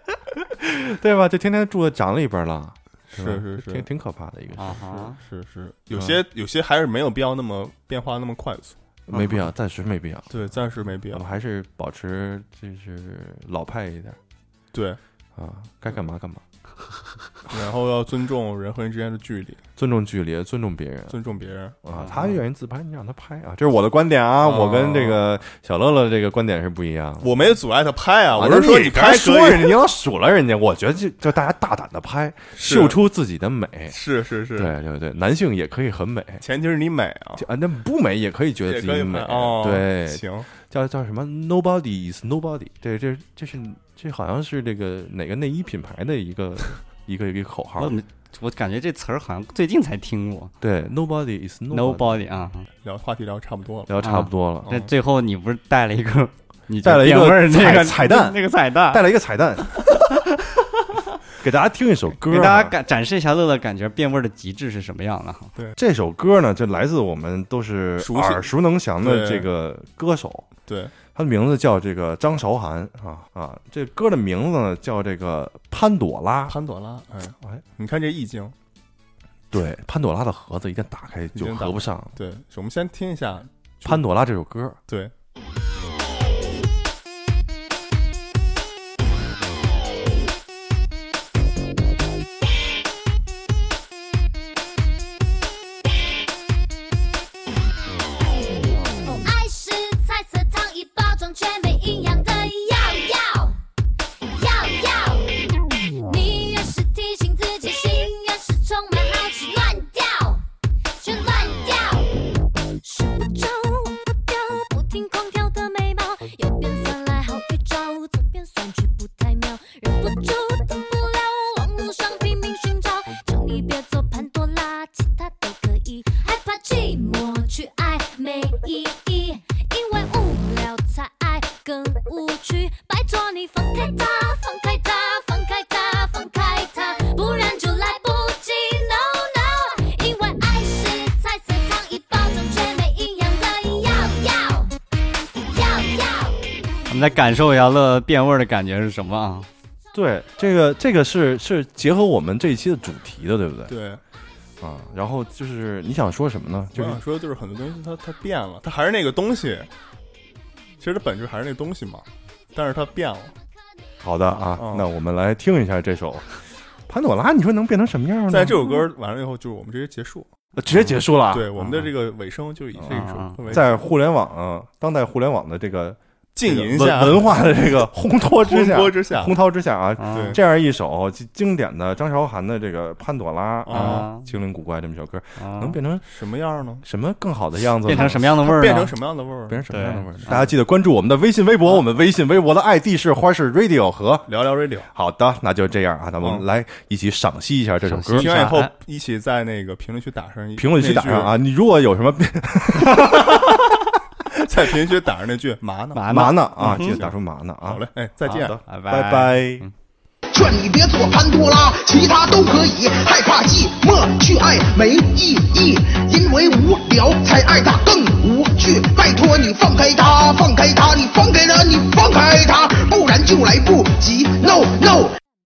对吧？就天天住在厂里边了，
是
吧
是
挺
是
挺可怕的一个事。
啊哈，
是是，有些有些还是没有必要那么变化那么快速。
没必要，暂时没必要。
对，暂时没必
我们
要。
还是保持就是老派一点
对，
啊，该干嘛干嘛，
然后要尊重人和人之间的距离，
尊重距离，尊重别人
尊重别人。
啊。他愿意自拍，你让他拍啊，这是我的观点啊，我跟这个小乐乐这个观点是不一样的。
我没阻碍他拍啊，
啊
我是说
那你
拍
别说
可以，
人家，你老数落人家，我觉得就就大家大胆的拍，
是
秀出自己的美。
是是是，
对对对，男性也可以很美
前提是你美啊，
啊，那不美也可以觉得
也
自
可以
己
拍
美。
哦。
对，
行，
叫叫什么？Nobody is nobody。对，这这是这好像是这个哪个内衣品牌的一 个一个一个口
我
号
怎。么我感觉这词儿好像最近才听过
对，Nobody is nobody。
，nobody 啊，
聊话题聊差不多了。
聊差不多了，
这最后你不是带了一个，你
带了一个
变味儿那
彩
个
彩蛋
那个彩蛋，
带来一个彩 蛋，给大家听一首歌啊。
给大家感展示一下乐乐感觉变味儿的极致是什么样的哈。
这首歌呢，这来自我们都是
熟悉
耳熟能详的
对
这个歌手，
对，
他的名字叫这个张韶涵啊啊，这歌的名字呢叫这个潘朵拉。
潘朵拉，哎
哎，
你看这意境，
对，潘朵拉的盒子一旦打开
已
就
经打
合不上。
对，我们先听一下，
潘朵拉这首歌，
对，
爱是彩色糖衣包装全没营养的药药药药。你越是提醒自己，心越是充满好奇，乱掉，全乱掉。睡不着，忘不掉，不停狂跳的眉毛，右边翻来好预兆，左边算去不太妙，忍不住等不了，网络上拼命寻找，叫你别做潘多拉，其他都可以，害怕寂寞去爱没意义，因为无聊才爱更无趣，拜托你放开他，放开他，放开他，放开他，不然就来不及，no no，因为爱是彩色糖衣包装却没营养的药药药药。
我们再感受一下乐乐变味儿的感觉是什么啊？
对，这个这个是是结合我们这一期的主题的，对不对？
对，
啊，然后就是你想说什么呢？
就
就是
想说，就是很多东西它它变了，它还是那个东西，其实它本质还是那个东西嘛，但是它变了。
好的啊，
嗯
那我们来听一下这首《潘朵拉》，你说能变成什么样呢？
在这首歌完了以后，就是我们直接结束，
呃直接结束嗯了啊。
对我们的这个尾声就以这一
啊
首为
在互联网、呃当代互联网的这个
浸
这
淫
个
下
文文化的这个 烘托之
烘
下，
托之下，
烘陶之下啊，
啊
对
这样一首经经典的张韶涵的这个《潘朵拉》啊，
啊，
精灵古怪这么一首歌，
啊
能变成
什么样呢？
什么更好的样子呢？
变成什么样的味儿呢？
变成什么样的味儿？
变成什么样的味儿
对啊
呢？大家记得关注我们的微信微博，我们微信微博的 ID 是花式 Radio 和。
聊聊 radio，
好的，那就这样啊，咱们
嗯
来一起赏析一下这首歌
赏析。
听完以后
哎
一起在那个评论区打上一
评论区打上，啊，
嗯
你如果有什么
那句 在评论区打上那句嘛呢？
麻
麻呢
呢？
啊，
嗯
记得打出麻呢啊。
好嘞，，哎，再见。
拜
拜
拜
拜。
劝你别做潘多拉，其他都可以。害怕寂寞去爱没意义，因为无聊才爱他更无趣。拜托你放开他，放开他，你放开他，你放开他，不然就来不及。No No。